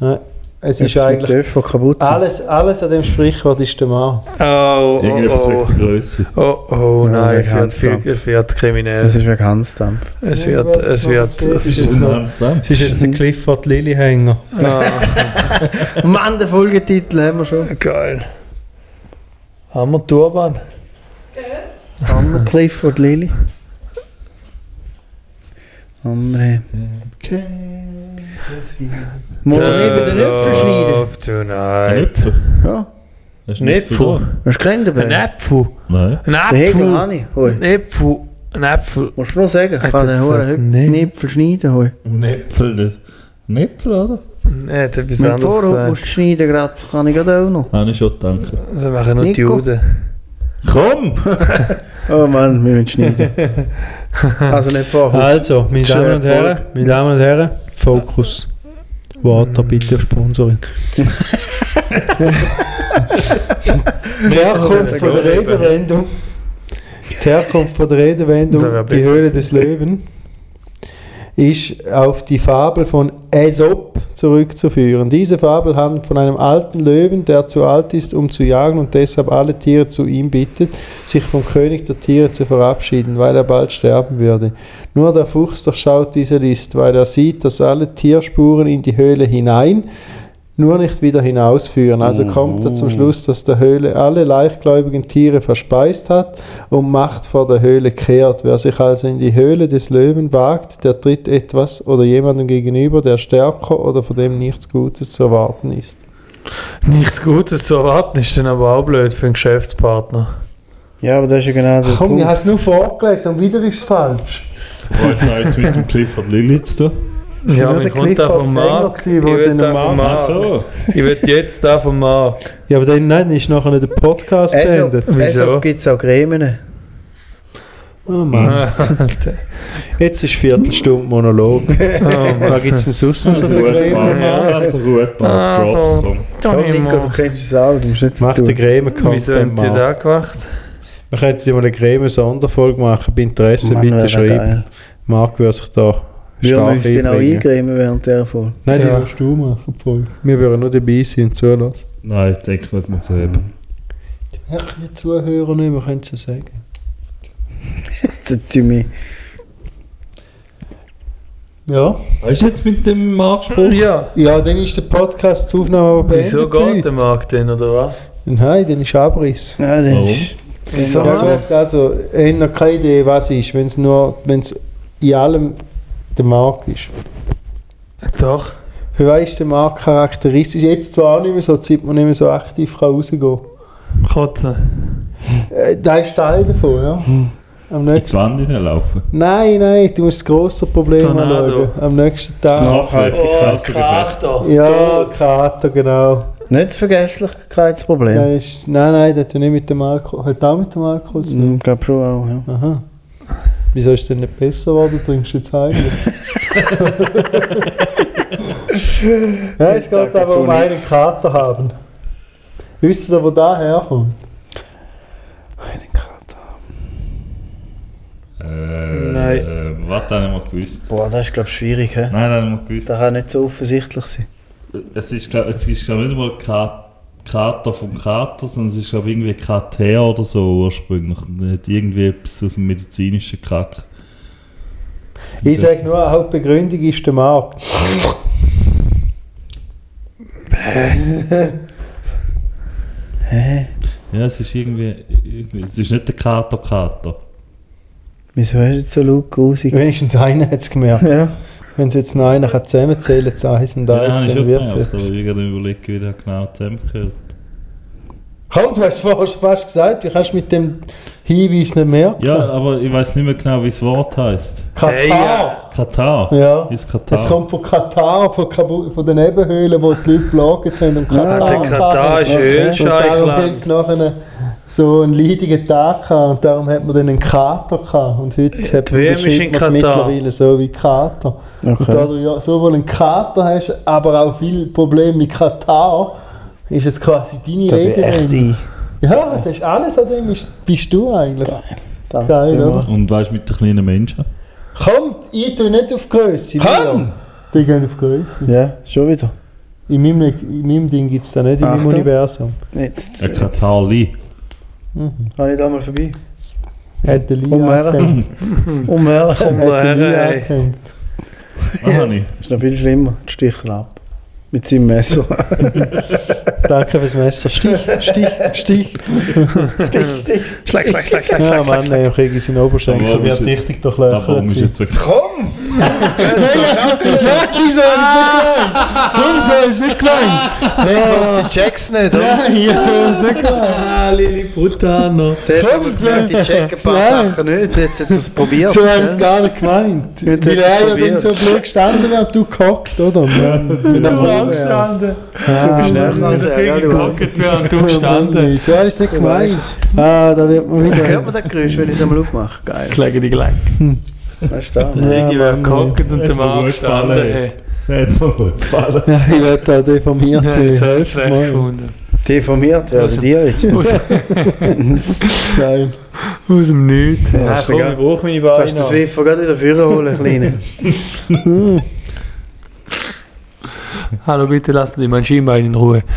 Nein, es ist
Etwas mit
eigentlich...
Dörfern kaputt sind.
Alles, alles an dem Sprichwort ist der Mann.
Oh,
Irgendetwas
oh,
wegen der Größe.
oh. Oh, oh
Ja,
nein,
der
es wird, viel,
Kampfdampf.
es wird
Das
kriminell.
ist wegen Hansdampf.
Es wird, es wird.
Das
Es
ist
ist,
jetzt noch-
Hans Dampf.
Es ist jetzt der Clifford Lillyhänger.
ah,
Mann, den Folgetitel haben wir schon.
geil. Haben wir Turban?
Hammer Clifford Lili. Andere. Mal
Äh,
eben den Äpfel schneiden.
Ein
schneiden.
Äpfel?
Ja,
Hast du
Ein
nicht
Äpfel.
verloren?
hast du keinen dabei?
Ein Äpfel.
Nein.
Ein
Den Hegel
Äpfel.
habe ich. Hoi.
Ein Äpfel. Ein Äpfel.
Musst du nur sagen,
Ah,
ich kann den
das sagt
Huren
nicht.
Knipfel schneiden. Hoi.
Ein Äpfel nicht. Ein Äpfel, oder?
Er hat etwas
Wenn du
anderes
vorher musst
gesagt.
du schneiden gerade, kann ich gerade auch noch.
Habe ich schon, Ah, danke.
Das machen nur die
Nico.
Juden.
Komm!
Oh Mann, wir müssen schneiden. also nicht vorher.
Also, meine
Schön
Damen und Herren, meine Damen und Herren, Fokus. Water, bitte Sponsorin. die Herkunft von der Redewendung. Die Herkunft von der Redewendung
Das wär
Die
besser
Höhle
gewesen.
des Löwen ist auf die Fabel von Aesop zurückzuführen. Diese Fabel handelt von einem alten Löwen, der zu alt ist, um zu jagen und deshalb alle Tiere zu ihm bittet, sich vom König der Tiere zu verabschieden, weil er bald sterben würde. Nur der Fuchs durchschaut diese List, weil er sieht, dass alle Tierspuren in die Höhle hinein, nur nicht wieder hinausführen. Also kommt er zum Schluss, dass der Höhle alle leichtgläubigen Tiere verspeist hat und macht vor der Höhle kehrt. Wer sich also in die Höhle des Löwen wagt, der tritt etwas oder jemandem gegenüber, der stärker oder von dem nichts Gutes zu erwarten ist.
Nichts Gutes zu erwarten ist dann aber auch blöd für einen Geschäftspartner.
Ja, aber das ist ja genau der
Komm, ich
Punkt.
habe es nur vorgelesen und wieder ist es falsch.
Freut mich jetzt mit dem Clifford Lilly zu tun.
Ja,
nur
mein
der
kommt da
Clifford
vom
Engler
Markt.
gewesen, wo
Ich will
den
da vom
Markt-
Markt.
Ach so.
Ich will jetzt da vom Markt.
Ja, aber dann nein, dann ist nachher nicht der Podcast
Also,
beendet.
also
Wieso?
gibt es auch Gremien.
Oh Mann. Jetzt ist Viertelstunde Monolog. Oh Was gibt es denn sonst noch für
Also gut gemacht.
Gremien?
Also gut gemacht.
Also.
Props, komm.
Komm, Nico, du kennst es auch, du musst nicht
Mach den
tun.
Wieso haben
Gremien-Content
die
mal.
da gemacht?
Wir könnten dir mal eine Gremien-Sonderfolge machen. Bei Interesse
Mann, wäre
bitte
das
schreiben.
geil.
Marc würde sich da
Wir
stark
müssen den auch
einbringen.
eingremen während der Folge.
Nein,
Ja.
die musst du machen, die Folge. Wir würden nur dabei sein und zulassen.
Nein, ich denke nicht mehr zu heben.
Ach, die Zuhörer nicht, wir können es ja sagen.
Der Timmy.
Ja.
Weißt du jetzt mit dem Marktspruch?
Ja.
Ja, dann ist der Podcast die Aufnahme aber beendet.
Wieso geht
Leute.
der Markt denn, oder was?
Nein, dann ist Abriss.
Ja, das
Warum?
ist...
Ja,
Wieso?
gut, also, ich habe noch keine Idee, was ist, wenn es nur, wenn es in allem der Markt ist.
Doch.
Für was ist der Markt charakteristisch? Jetzt zwar auch nicht mehr so, seit man nicht mehr so aktiv kann rausgehen
Kotzen.
kann. Äh, da ist Teil davon, ja. Am
In
nächsten
die Wand hineinlaufen.
Nein, nein, du musst das grosse Problem
Tornado.
anschauen. Am nächsten Tag.
Nachhaltig
Oh,
Chancengefecht.
Oh,
Ja, Kater, genau.
Nicht Vergesslichkeitsproblem.
Der ist, nein, nein, der hat ja nicht mit dem Alkohol. Hat auch mit dem Alkohol zu tun?
Ich glaube schon auch, ja.
Aha. Wieso ist denn nicht besser geworden? Trinkst du jetzt heimlich? ja, es
Ich sag
geht aber
dazu
um einen
nichts.
Kater haben. Wisst ihr, wo der herkommt?
Einen Kater.
Äh,
Nein.
Äh, was habe ich mal gewusst?
Boah, das ist glaube ich schwierig, hä?
Nein, habe ich mal gewusst.
Das kann nicht so offensichtlich sein.
Es ist, glaube es ist, glaub, nicht mal Ka- Kater vom Kater, sondern es ist, glaube irgendwie Kater oder so ursprünglich. Nicht irgendwie etwas aus dem medizinischen Kack.
Ich sage nur, die Hauptbegründung ist der Markt.
Hä?
Ja, es ist irgendwie, irgendwie es ist nicht der Kater-Kater.
Wieso hast du jetzt so laut grusig?
Wenigstens einer hat es gemerkt.
Ja.
Wenn sie jetzt noch einen kann zusammenzählen kann, eins und
Ja,
eins,
habe ich
dann
schon
wird es
gemerkt, aber
etwas.
ich gerade überlegen, wie der genau zusammengehört.
Komm, du hast es vorher schon fast gesagt, wie kannst du mit dem Hinweis nicht merken?
Ja, aber ich weiß nicht mehr genau, wie das Wort heißt.
Katar!
Hey, ja.
Katar.
Ja.
Ist
Es
Katar.
kommt von Katar, von, Kabu von den Nebenhöhlen, wo die Leute belagert haben. Und Katar,
der Katar ist
Und darum haben
Ölscheichland.
sie nachher so einen leidigen Tag gehabt und darum hat man dann einen Kater gehabt. Und heute hat
Die
man
WM ist
beschreibt
in
man es
Katar.
mittlerweile so wie Kater. Und da
Okay.
du ja sowohl einen Kater hast, aber auch viel Probleme mit Katar, ist es quasi deine
Da bin ich
Regel.
echt ein.
Ja, das ist alles an dem ist, bist du eigentlich.
Danke
Geil,
vielmals.
oder?
Und weißt du, mit den kleinen Menschen.
Komm, ich tue nicht auf Größe.
Komm!
Die gehen auf Größe.
Ja, schon wieder.
In meinem, in meinem Ding gibt es da nicht, in meinem
Achtung.
Universum.
Jetzt.
Ein Äh, Katarli.
Kann ich da mal vorbei?
Hat der Lee
Und wer?
angehängt. Um
Unmöglich.
Komm
Hat der
her,
Lee
ey.
angehängt.
Was habe ich?
Ist noch viel schlimmer. Die Stichel ab. Mit seinem Messer.
Danke fürs Messer. Stich, Stich, Stich.
Schlag, schlag, schlag, schlag,
Ja,
schlag, schlag,
Mann,
schlag.
ey, ich kriege seinen Oberschenkel.
Warum
Wird
ist-
richtig
Da warum
durchlöchert
ist
sein.
jetzt wirklich.
Komm!
Nein, so habe ich Ah, es nicht gemeint.
Auf die Checks nicht, oder?
Darum so habe ich es nicht gemeint. Nein, ich habe es nicht gemeint.
Ah, Lilliputano.
Der hat
Komm,
aber gemerkt,
Glenn.
ich check ein paar
Nein.
Sachen nicht. Jetzt hat er es probiert.
So habe ich
gell?
es gar nicht gemeint.
Jetzt
Weil
hat
er ja dann
probiert.
so blöd gestanden wäre, du gehockt, oder? Ja,
schneller als er, gell, du Arsch.
und du
gestanden. So habe ich es nicht gemeint.
Weißt
Ah, da wird man wieder...
Hört man das Geräusch, wenn ich es einmal aufmache? Geil.
Schläge die Gelenk.
Weißt du da?
Ja,
Ich wäre
Mann,
gehockt und
Hat
dem
mir
Arm
gut gefallen,
gestanden.
ey.
hey.
Das hat mir gut gefallen.
Ja, ich werde da
Ja,
deformiert.
Jetzt habe ich es
Hilf
schlecht
mal.
gefunden.
Deformiert werden
Also-
dir jetzt.
Aus,
Nein.
aus dem Nichts.
Ja,
Ja,
ist
komm,
egal.
ich brauche meine
Kannst du das
Beine.
Wiffen gerade wieder vorholen, Kleine?
noch. Hallo, bitte lassen Sie mein Schienbein in Ruhe.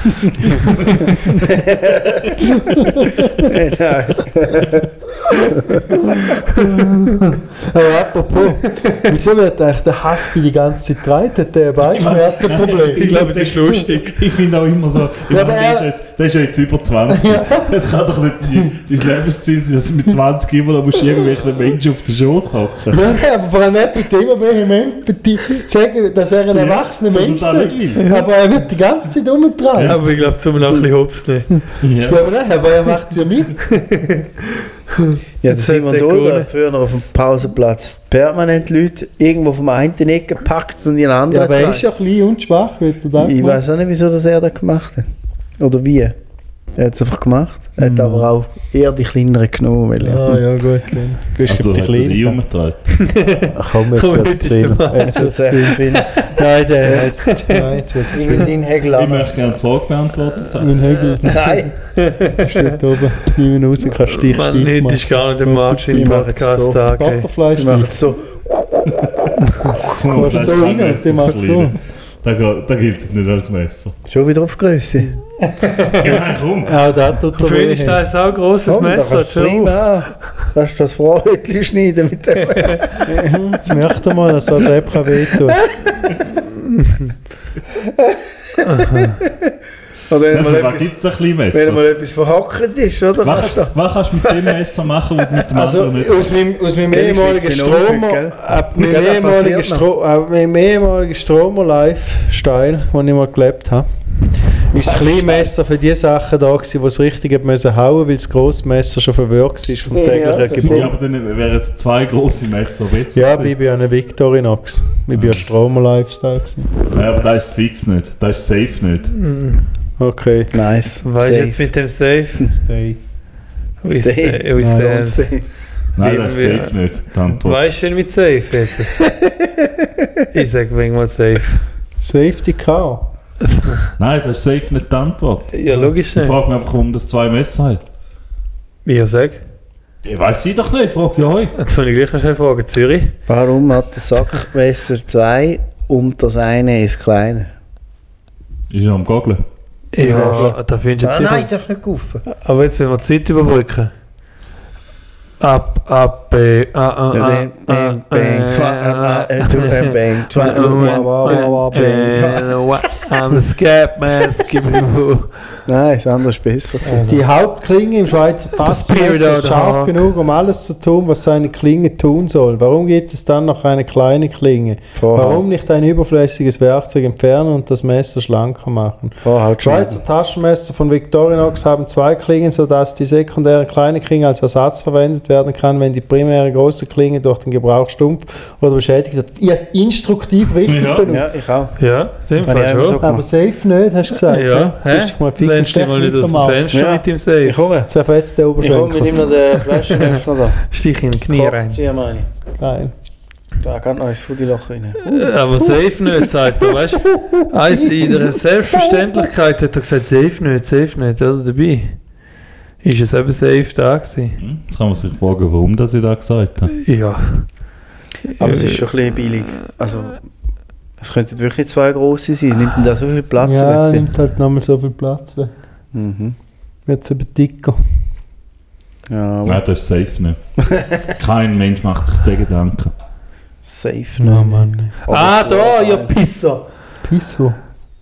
Nein.
Aber apropos, wieso wird eigentlich der Haspi die ganze Zeit dreit? Hat der ein Beinschmerzenproblem?
Ich glaube, es ist
lustig.
Ich finde auch immer so, ich
Ja,
meine,
aber
der, ist
er-
jetzt, der ist ja jetzt über 20. Es kann doch nicht dein- dein Lebensziel sein, dass du mit 20 immer noch musst irgendwelchen Menschen auf den Schoß hocken.
Nein, nein, aber vor allem er tut immer vehement die- sagen, dass er ein
Ja,
erwachsener
dass er
Mensch
das
ist.
nicht will.
Aber er wird die ganze Zeit umgetragen. Ja.
Aber ich glaube, zum noch ein bisschen Hops nehmen.
Ja.
aber nein, aber er macht es ja mit.
Ja,
Jetzt
das sind
hat
wir
der
da,
gewonnen.
früher auf dem Pausenplatz permanent Leute irgendwo vom einen Eck gepackt und in den
Ja,
anderen
aber er ist
getragen.
ja klein und schwach, wie du da
Ich weiß auch nicht, wieso dass er das gemacht hat. Oder wie. Er hat es einfach gemacht. Er hat
Mhm.
aber auch eher die kleineren genommen. Weil er
Ah ja, gut. Dann.
Also hat er die
Kleinen.
umgetragen.
Komm,
Komm,
jetzt wird es
jetzt ist
zu viel.
der
Jetzt
Jetzt
wird's
wird's zu viel.
echt finden.
Nein, der jetzt. Nein, jetzt wird es
Ich
zu
will
viel.
deinen
Ich
Hägel
möchte gerne die Frage beantwortet haben.
Mein Hügel
Nein!
steht oben. Nimm ihn raus, kannst dich
Man hättest gar nicht den Max im
Ich mach jetzt
Podcast
so.
da.
Ich
Okay.
Butterfleisch.
mache es so.
Komm,
machst
das
so
ist kein Messer,
rein, den
das
machst du.
Kleine. Da geht- da gilt es nicht als Messer.
Schon wieder auf Größe.
Ja, nein, komm.
Auch da tut er
Für ihn ist
weh.
das ein grosses
Komm, da
Messer.
kannst
Jetzt
du
hör auf.
prima. Kannst du das Vorhütchen schneiden mit dem?
Jetzt möchte er mal, dass er selbst kann wehtun.
Oder wenn mal
Was
etwas,
gibt es da kleine
wenn
Messer?
mal etwas verhackt ist, oder?
Was, was kannst du mit dem Messer machen und mit dem
Also
anderen nicht?
aus meinem, aus meinem
Gell, ich
ehemaligen
schwitze, wenn ich
Stromer,
aufhöre, gell?
ab meinem
Gell, das
ehemaligen,
passiert
Stro ab meinem ehemaligen Stromer Lifestyle, wo ich mal gelebt habe, ist das kleine Messer für die Sachen da gewesen, die es richtig hat müssen hauen, weil das grosse Messer schon verwirkt ist vom
Ja,
täglichen
das
Gebrauch.
Ja, aber dann wären jetzt zwei große Messer besser.
Ja, aber ich
gewesen.
bin ja ein Victorinox. Ich bin ja Stromer Lifestyle. Gewesen.
ja, aber da ist es fix nicht. Da ist es safe nicht.
Okay.
Nice.
Was ist jetzt mit dem Safe?
Stay.
Wie ist
Safe.
der- wie ist
Nein,
der-
Nein,
Nehmen
das
wir-
ist safe nicht. Die Antwort.
Was ist denn mit Safe jetzt? ich sag wegen mal Safe.
Safety Car.
Nein, das ist safe nicht die Antwort.
Ja, logisch
Ich
nicht.
frage mich einfach, warum das zwei Messer hat.
Ja, sag.
Ich weiß ich doch nicht, ich frage ja euch.
Jetzt will ich gleich noch schnell fragen. Zürich?
Warum hat der Sack besser zwei und das eine ist kleiner?
Ist ja am Gogeln.
Ja, da findest du jetzt sicher-
Ah, darf nicht kaufen.
Aber jetzt wollen wir die Zeit überbrücken. Ab, ab, äh, ah, B, A, A, A,
Bang,
ah,
bang,
äh, A, A, A, äh,
äh,
bang, bang,
Wow, wow, wow, wow.
A, äh, I'm a scared man, skibidi-boo.
Nein, das andere ist besser. gewesen.
Die Hauptklinge im Schweizer
Spirit
Taschenmesser
of
ist
the
scharf
Hawk.
genug, um alles zu tun, was seine Klinge tun soll. Warum gibt es dann noch eine kleine Klinge?
Vorhalt.
Warum nicht ein überflüssiges Werkzeug entfernen und das Messer schlanker machen?
Vorhaut schon.
Schweizer Taschenmesser von Victorinox haben zwei Klingen, sodass die sekundäre kleine Klinge als Ersatz verwendet werden kann, wenn die primäre große Klinge durch den Gebrauch stumpf oder beschädigt wird. Ich habe es instruktiv richtig
Ja.
benutzt.
Ja, ich auch.
Ja, sind
Habe ich
wir
auch
schon.
so-
Aber safe nicht, hast du gesagt.
Ja,
hä?
hä?
Bist du mal ficken
Lernst dich mal nicht aus dem
Stefan
Fenster
Ja.
mit dem Safe.
Ich komme.
Zerfetzt der
Ich komme, wir
Oberschenkel.
nehmen noch den Flaschenöffner da.
Stich in die Knie
Kork
rein.
ziehen, meine
Geil.
ich. Da geht noch ein Foodie-Loch rein.
Äh, Aber safe nicht, sagt er, weißt du? Eins in einer Selbstverständlichkeit hat er gesagt, safe nicht, safe nicht, oder? Dabei ist es eben safe da gewesen.
Hm, Jetzt kann man sich fragen, warum das ich da gesagt habe.
Ja.
Aber es ist schon ein bisschen billig. Also, es könnten wirklich zwei große sein. Nimmt denn da so viel Platz
Ja,
weg?
nimmt halt nochmal so viel Platz weg.
Mhm.
Wird es eben dicker.
Ja, aber
Nein, das ist safe nicht. Kein Mensch macht sich den Gedanken.
safe
Na
noch.
Mann.
Ah, da, ihr Pisser!
Pisso.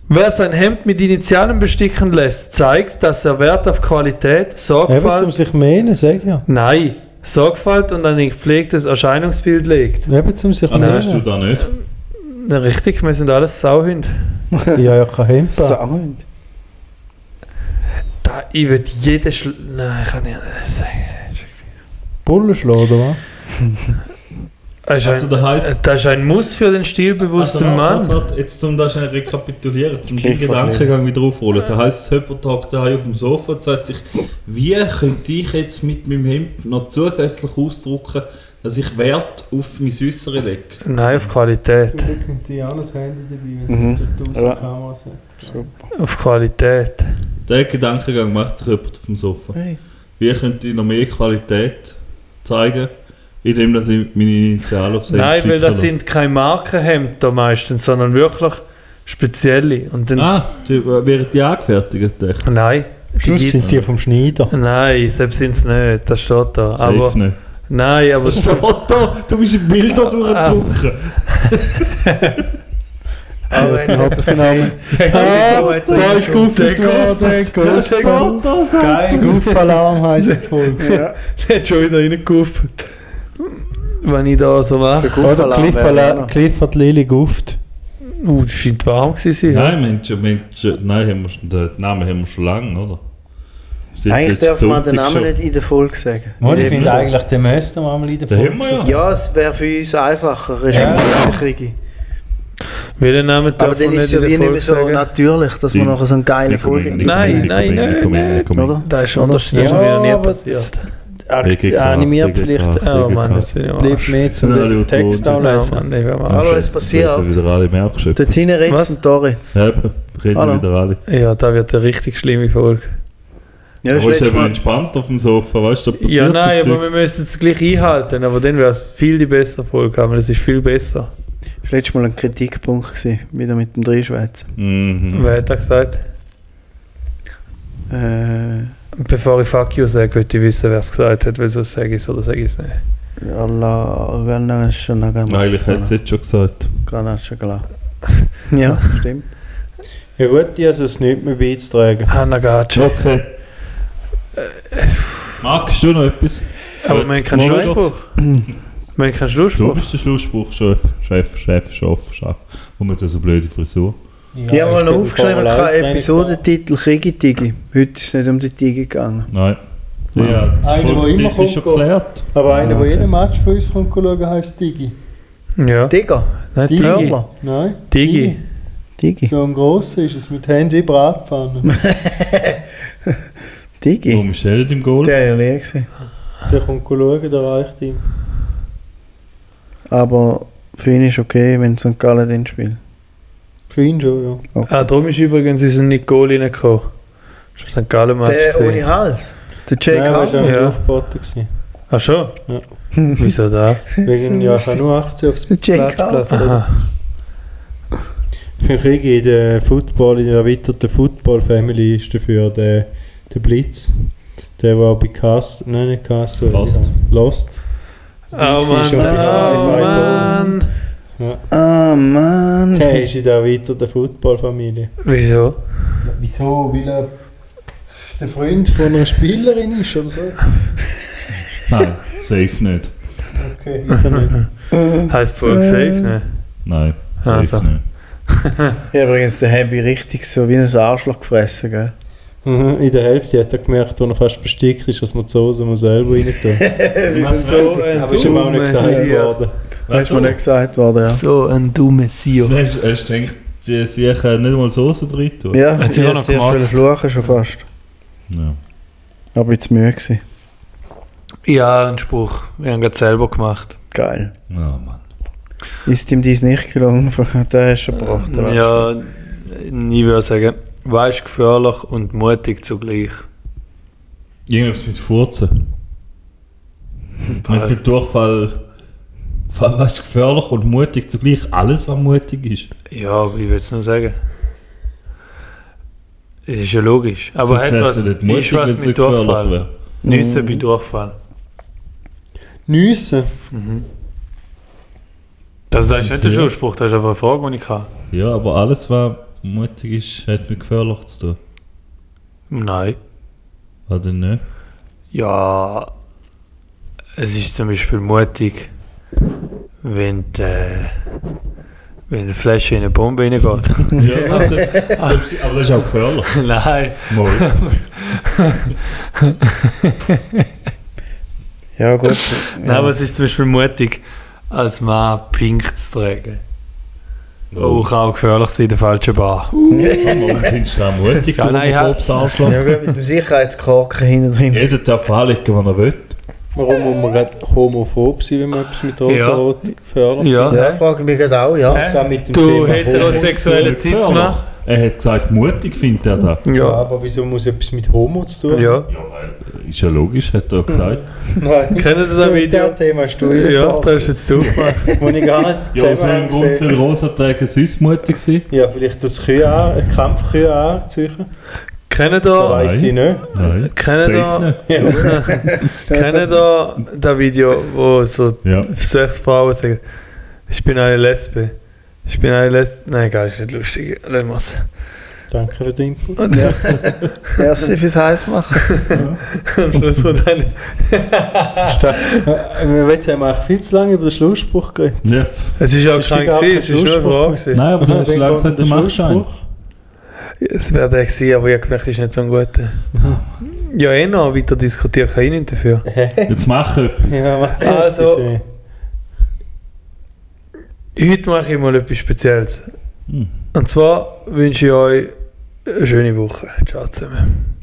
Wer sein Hemd mit Initialen besticken lässt, zeigt, dass er Wert auf Qualität,
Eben
Sorgfalt,
zum sich mähen, sag ja.
nein, Sorgfalt und ein gepflegtes Erscheinungsbild legt.
Eben zum sich
Also hast du
mähen.
da nicht?
Na, Richtig, wir sind alles Sauhunde.
Ja, ja, kein Hemd. an.
Sound.
Da, ich würde jede Schl... Nein, kann ich nicht äh, sagen.
Bullen schlagen, oder was?
Das ist,
Also
ein,
das heisst,
das ist ein Muss für den stilbewussten
Also, warte,
Mann.
warte, warte, jetzt zum das schnell rekapitulieren, zum den
Clifford
Gedankengang wieder aufholen. Da heisst es, jemand hockt daheim auf dem Sofa und sagt sich, wie könnte ich jetzt mit meinem Hemd noch zusätzlich ausdrücken, dass ich Wert auf mein Äußere lege?
Nein, auf Qualität.
Glück haben sie auch das Handy dabei,
Mhm.
sie
Ja.
Kameras haben.
Auf Qualität.
Der Gedankengang macht sich jemand auf dem Sofa.
Hey.
Wie könnte ich noch mehr Qualität zeigen, indem dass ich meine Initialen aufs Hemd
Nein, weil das
schicke?
sind keine Markenhemden meistens, sondern wirklich spezielle. Und dann...
Ah, die, werden die angefertigt? echt?
Nein, die
Schluss sind
gibt's.
sie vom Schneider.
Nein, selbst sind es nicht, das steht da. Aber,
Safe nicht.
nein, aber
Otto, du bist ein Bilder
Ah.
durchgedruckt.
Aber jetzt hat er Namen.
Ah, da ist gut geworden. Guff- Geil, Guffalarm heisst die Folge.
Der hat schon wieder reingerufen. Wenn ich da so mache.
Oder Clifford- Clifford Lili Guft.
Uh, das scheint warm gewesen. sein.
Nein, Mensch, Mensch, nein, haben wir schon, den Namen haben wir schon lange, oder? Ist jetzt-
Eigentlich
jetzt
darf man den
Sonntag
Namen
schon.
nicht in der Folge sagen.
Mann, ich
Eben
finde
so.
eigentlich, den müssten wir mal in der
Den haben
Folge
wir ja.
Ja, es wäre für uns einfacher, respektive der Kriege.
Welchen Namen darf
Aber dann
man
ist es
nicht
ja
in
wie
der
nicht mehr so
Folge sagen?
natürlich, dass wir
Die-
nachher so eine geile
Nico,
Folge
Nico,
Nein,
Nico,
nein,
Nico, Nico,
nein,
Nico, Nico.
oder?
Das ist anders, das ist
Ja,
mir noch nie
aber-
passiert.
Akt-
Wege
animiert
Wege
vielleicht.
Kraft,
Oh
Wege
Mann,
Kraft.
das will ich auch.
Bleibt mehr
Sind alle
zum
gut
Text
gewohnt.
Nein,
anlesen.
Mann, ich will mal.
Hallo, es
Jetzt
passiert.
reden Wieder alle mehr abgeschöpft.
Dort hinten rechts
Was?
und da rechts.
Ja, eben, reden
Hallo.
wieder alle.
Ja, da wird eine richtig schlimme Folge.
Ja, das
du bist
letzte
eben
Mal.
entspannt auf dem Sofa, weißt du, da passiert
Ja, nein,
so Zeug.
aber wir müssen es gleich einhalten. Aber dann wäre es viel die bessere Folge, aber es ist viel besser.
Das letzte Mal ein Kritikpunkt gewesen, wieder mit dem Dreischweizer.
Mhm.
Wer hat das gesagt?
Äh,
Bevor ich Fuck you sage, würde ich wissen, wer es gesagt hat, weil sonst sage ich es oder sage ich es nicht.
Allah, Gana Shanaga
Eigentlich hast du es jetzt schon gesagt.
Gana Shagala. Ja, stimmt.
Ja gut, die also es nicht mehr beizutragen.
Hanna Gatsche.
Okay. Magst du noch etwas?
Aber man kann
Moment.
Schlussspruch. Man kann
Du
Schlussspruch.
bist der Schlussspruch, Chef, Chef, Chef, Chef, Chef. Und mit so also blöde Frisur.
Ich habe mal noch aufgeschrieben, kein Episodentitel Kriege Tigi. Heute ist es nicht um die Tigi gegangen.
Nein. Ja,
Einer, der immer
kommt.
kommt,
schon
geht.
geklärt.
Aber einer, der jeden Match für uns kommt schauen, heisst Digi.
Ja.
Digga.
Nein,
Die-
Digi.
Hörler.
Nein?
Digi.
Digi.
So ein grosser ist es, mit Händen wie Bratpfannen.
Digi.
Warum ist er nicht im Goal?
Der ja leer gewesen.
Der kommt schauen, der reicht ihm.
Aber für ihn ist okay, wenn St. Gallen den spielt.
Für ihn schon, ja.
Ah, darum ist übrigens unser Nicole reingekommen. Ich habe St. Gallen Match
Der ohne
gesehen.
Hals. Der Jake
Nein,
Hall.
war
Ja.
ja aufgeboten. gewesen.
Ach schon?
Ja.
Wieso da?
Wegen, ja, ich habe nur 18 aufs
Jake Hall.
Platz. Ich kriege in der Football, in der erweiterten Football Family ist dafür der, der Blitz. Der war bei Cast, nein, nicht Cast,
Lost.
Lost.
Oh
Sie ist
Mann,
schon wieder
oh
live,
Mann.
Ah, Mann.
Hey, ist in der weiter der Footballfamilie.
Wieso?
Wieso? Weil er der Freund von einer Spielerin ist oder so?
Nein, safe nicht.
Okay, Internet.
Heißt vorher safe, ne?
Nein, safe
Also.
nicht.
Ich habe übrigens den Happy richtig so wie ein Arschloch gefressen, gell?
Mhm, In der Hälfte hat er gemerkt, wo er fast versteckt ist, dass man die Soße muss selber rein tun.
Wieso so äh, ein
Aber ist ihm auch nicht gesagt
Dummes.
worden.
Weißt du, mir nicht gesagt worden, ja.
So ein dummes Sio.
Du hast, hast denkt, die sicher nicht mal Soße drin tun.
Ja,
Hat sie
ich
auch noch
hätte zuerst
gematzt.
wollen fluchen schon fast.
Ja.
Aber jetzt müde gewesen.
Ja, ein Spruch. Wir haben gerade selber gemacht.
Geil.
Oh Mann.
Ist ihm dies nicht gelungen? Der hast du gebracht. oder?
Ja, ich würde sagen, weißt gefährlich und mutig zugleich.
Irgendwas mit Furzen. Mit, mit Durchfall. Was gefährlich und mutig zugleich. Alles, was mutig ist.
Ja, ich will es nur sagen. Es ist ja logisch. Aber
Sonst
hat
wär's
was,
ja nicht
ist was
wenn's nicht
mit
gefährlich
Durchfall.
wär.
Nüsse bei Durchfall.
Nüsse?
Das, das ist nicht der
Ja.
Schulspruch, das ist einfach eine Frage, die ich hatte.
Ja, aber alles, was mutig ist, hat mit gefährlich zu tun.
Nein.
Was denn nicht?
Ja, es ist zum Beispiel mutig, wenn die, äh, wenn eine Flasche in eine Bombe reingeht.
Ja, also, aber das ist auch gefährlich.
Nein.
Mal.
Ja, gut.
Nein, aber es ist zum Beispiel mutig, als Mann pink zu tragen. Oh, kann auch gefährlich sein, der falsche Bar.
Warum findest du auch mutig,
Ja,
du
nein, ja.
Homophobes-Arschloch?
ja, gut, mit dem Sicherheitskorken hinten drin.
Jeder darf anlegen, wenn er will.
Warum muss man gerade homophob sein, wenn man etwas mit Rosa-Rot gefördert?
Ja,
Ja,
hä?
frage mich gerade auch, ja.
Hä?
Dann mit dem
Du
Thema
heterosexuelle
Homo-
Zisma.
Er hat gesagt, mutig findet er das.
Homo. Ja, aber wieso muss etwas mit Homo zu tun?
Ja.
Ja, weil, ist ja logisch, hat er
Hm.
gesagt.
Nein.
Kennt ihr das
Das
Video?
Thema hast du
Ja,
eingebracht,
das ist jetzt du.
wo ich gar nicht
Ja, aus einem
zusammenhang
Grund
sehe.
soll Rosa tragen, sonst mutig sein.
Ja, vielleicht das Kühe an, Kampfkühe anziehen.
Kennt
Da
ihr,
Nein.
weiss ich nicht.
Nein.
Äh, Kennen
Safe
da- kennt ihr das Video, wo so
nicht. Ja.
sechs Frauen sagen, ich bin eine Lesbe. Ich bin eine Lesbe. Nein, egal, ist nicht lustig. Lassen wir's.
Danke für den Input.
Ja. Merci fürs Heißmachen.
Am Schluss kommt eine.
Wir jetzt haben wir eigentlich viel zu lange über den Schlussspruch geredet.
ja.
Es ist auch
Es ist
kein
gar
gewesen,
kein
es ist nur eine Frage.
Schlussspruch.
gewesen.
Nein, aber du hast
Dann
lange gesagt, du
kommt der
machst einen.
Schlussspruch.
Es wäre der gewesen, aber ich habe gemerkt, es ist nicht so ein guter. Ja, eh noch weiter diskutieren kann ich nicht dafür.
Jetzt mach etwas.
Ja, mach
Also-
das, ey.
Heute mache ich mal etwas Spezielles.
Hm.
Und zwar wünsche ich euch eine schöne Woche. Ciao zusammen.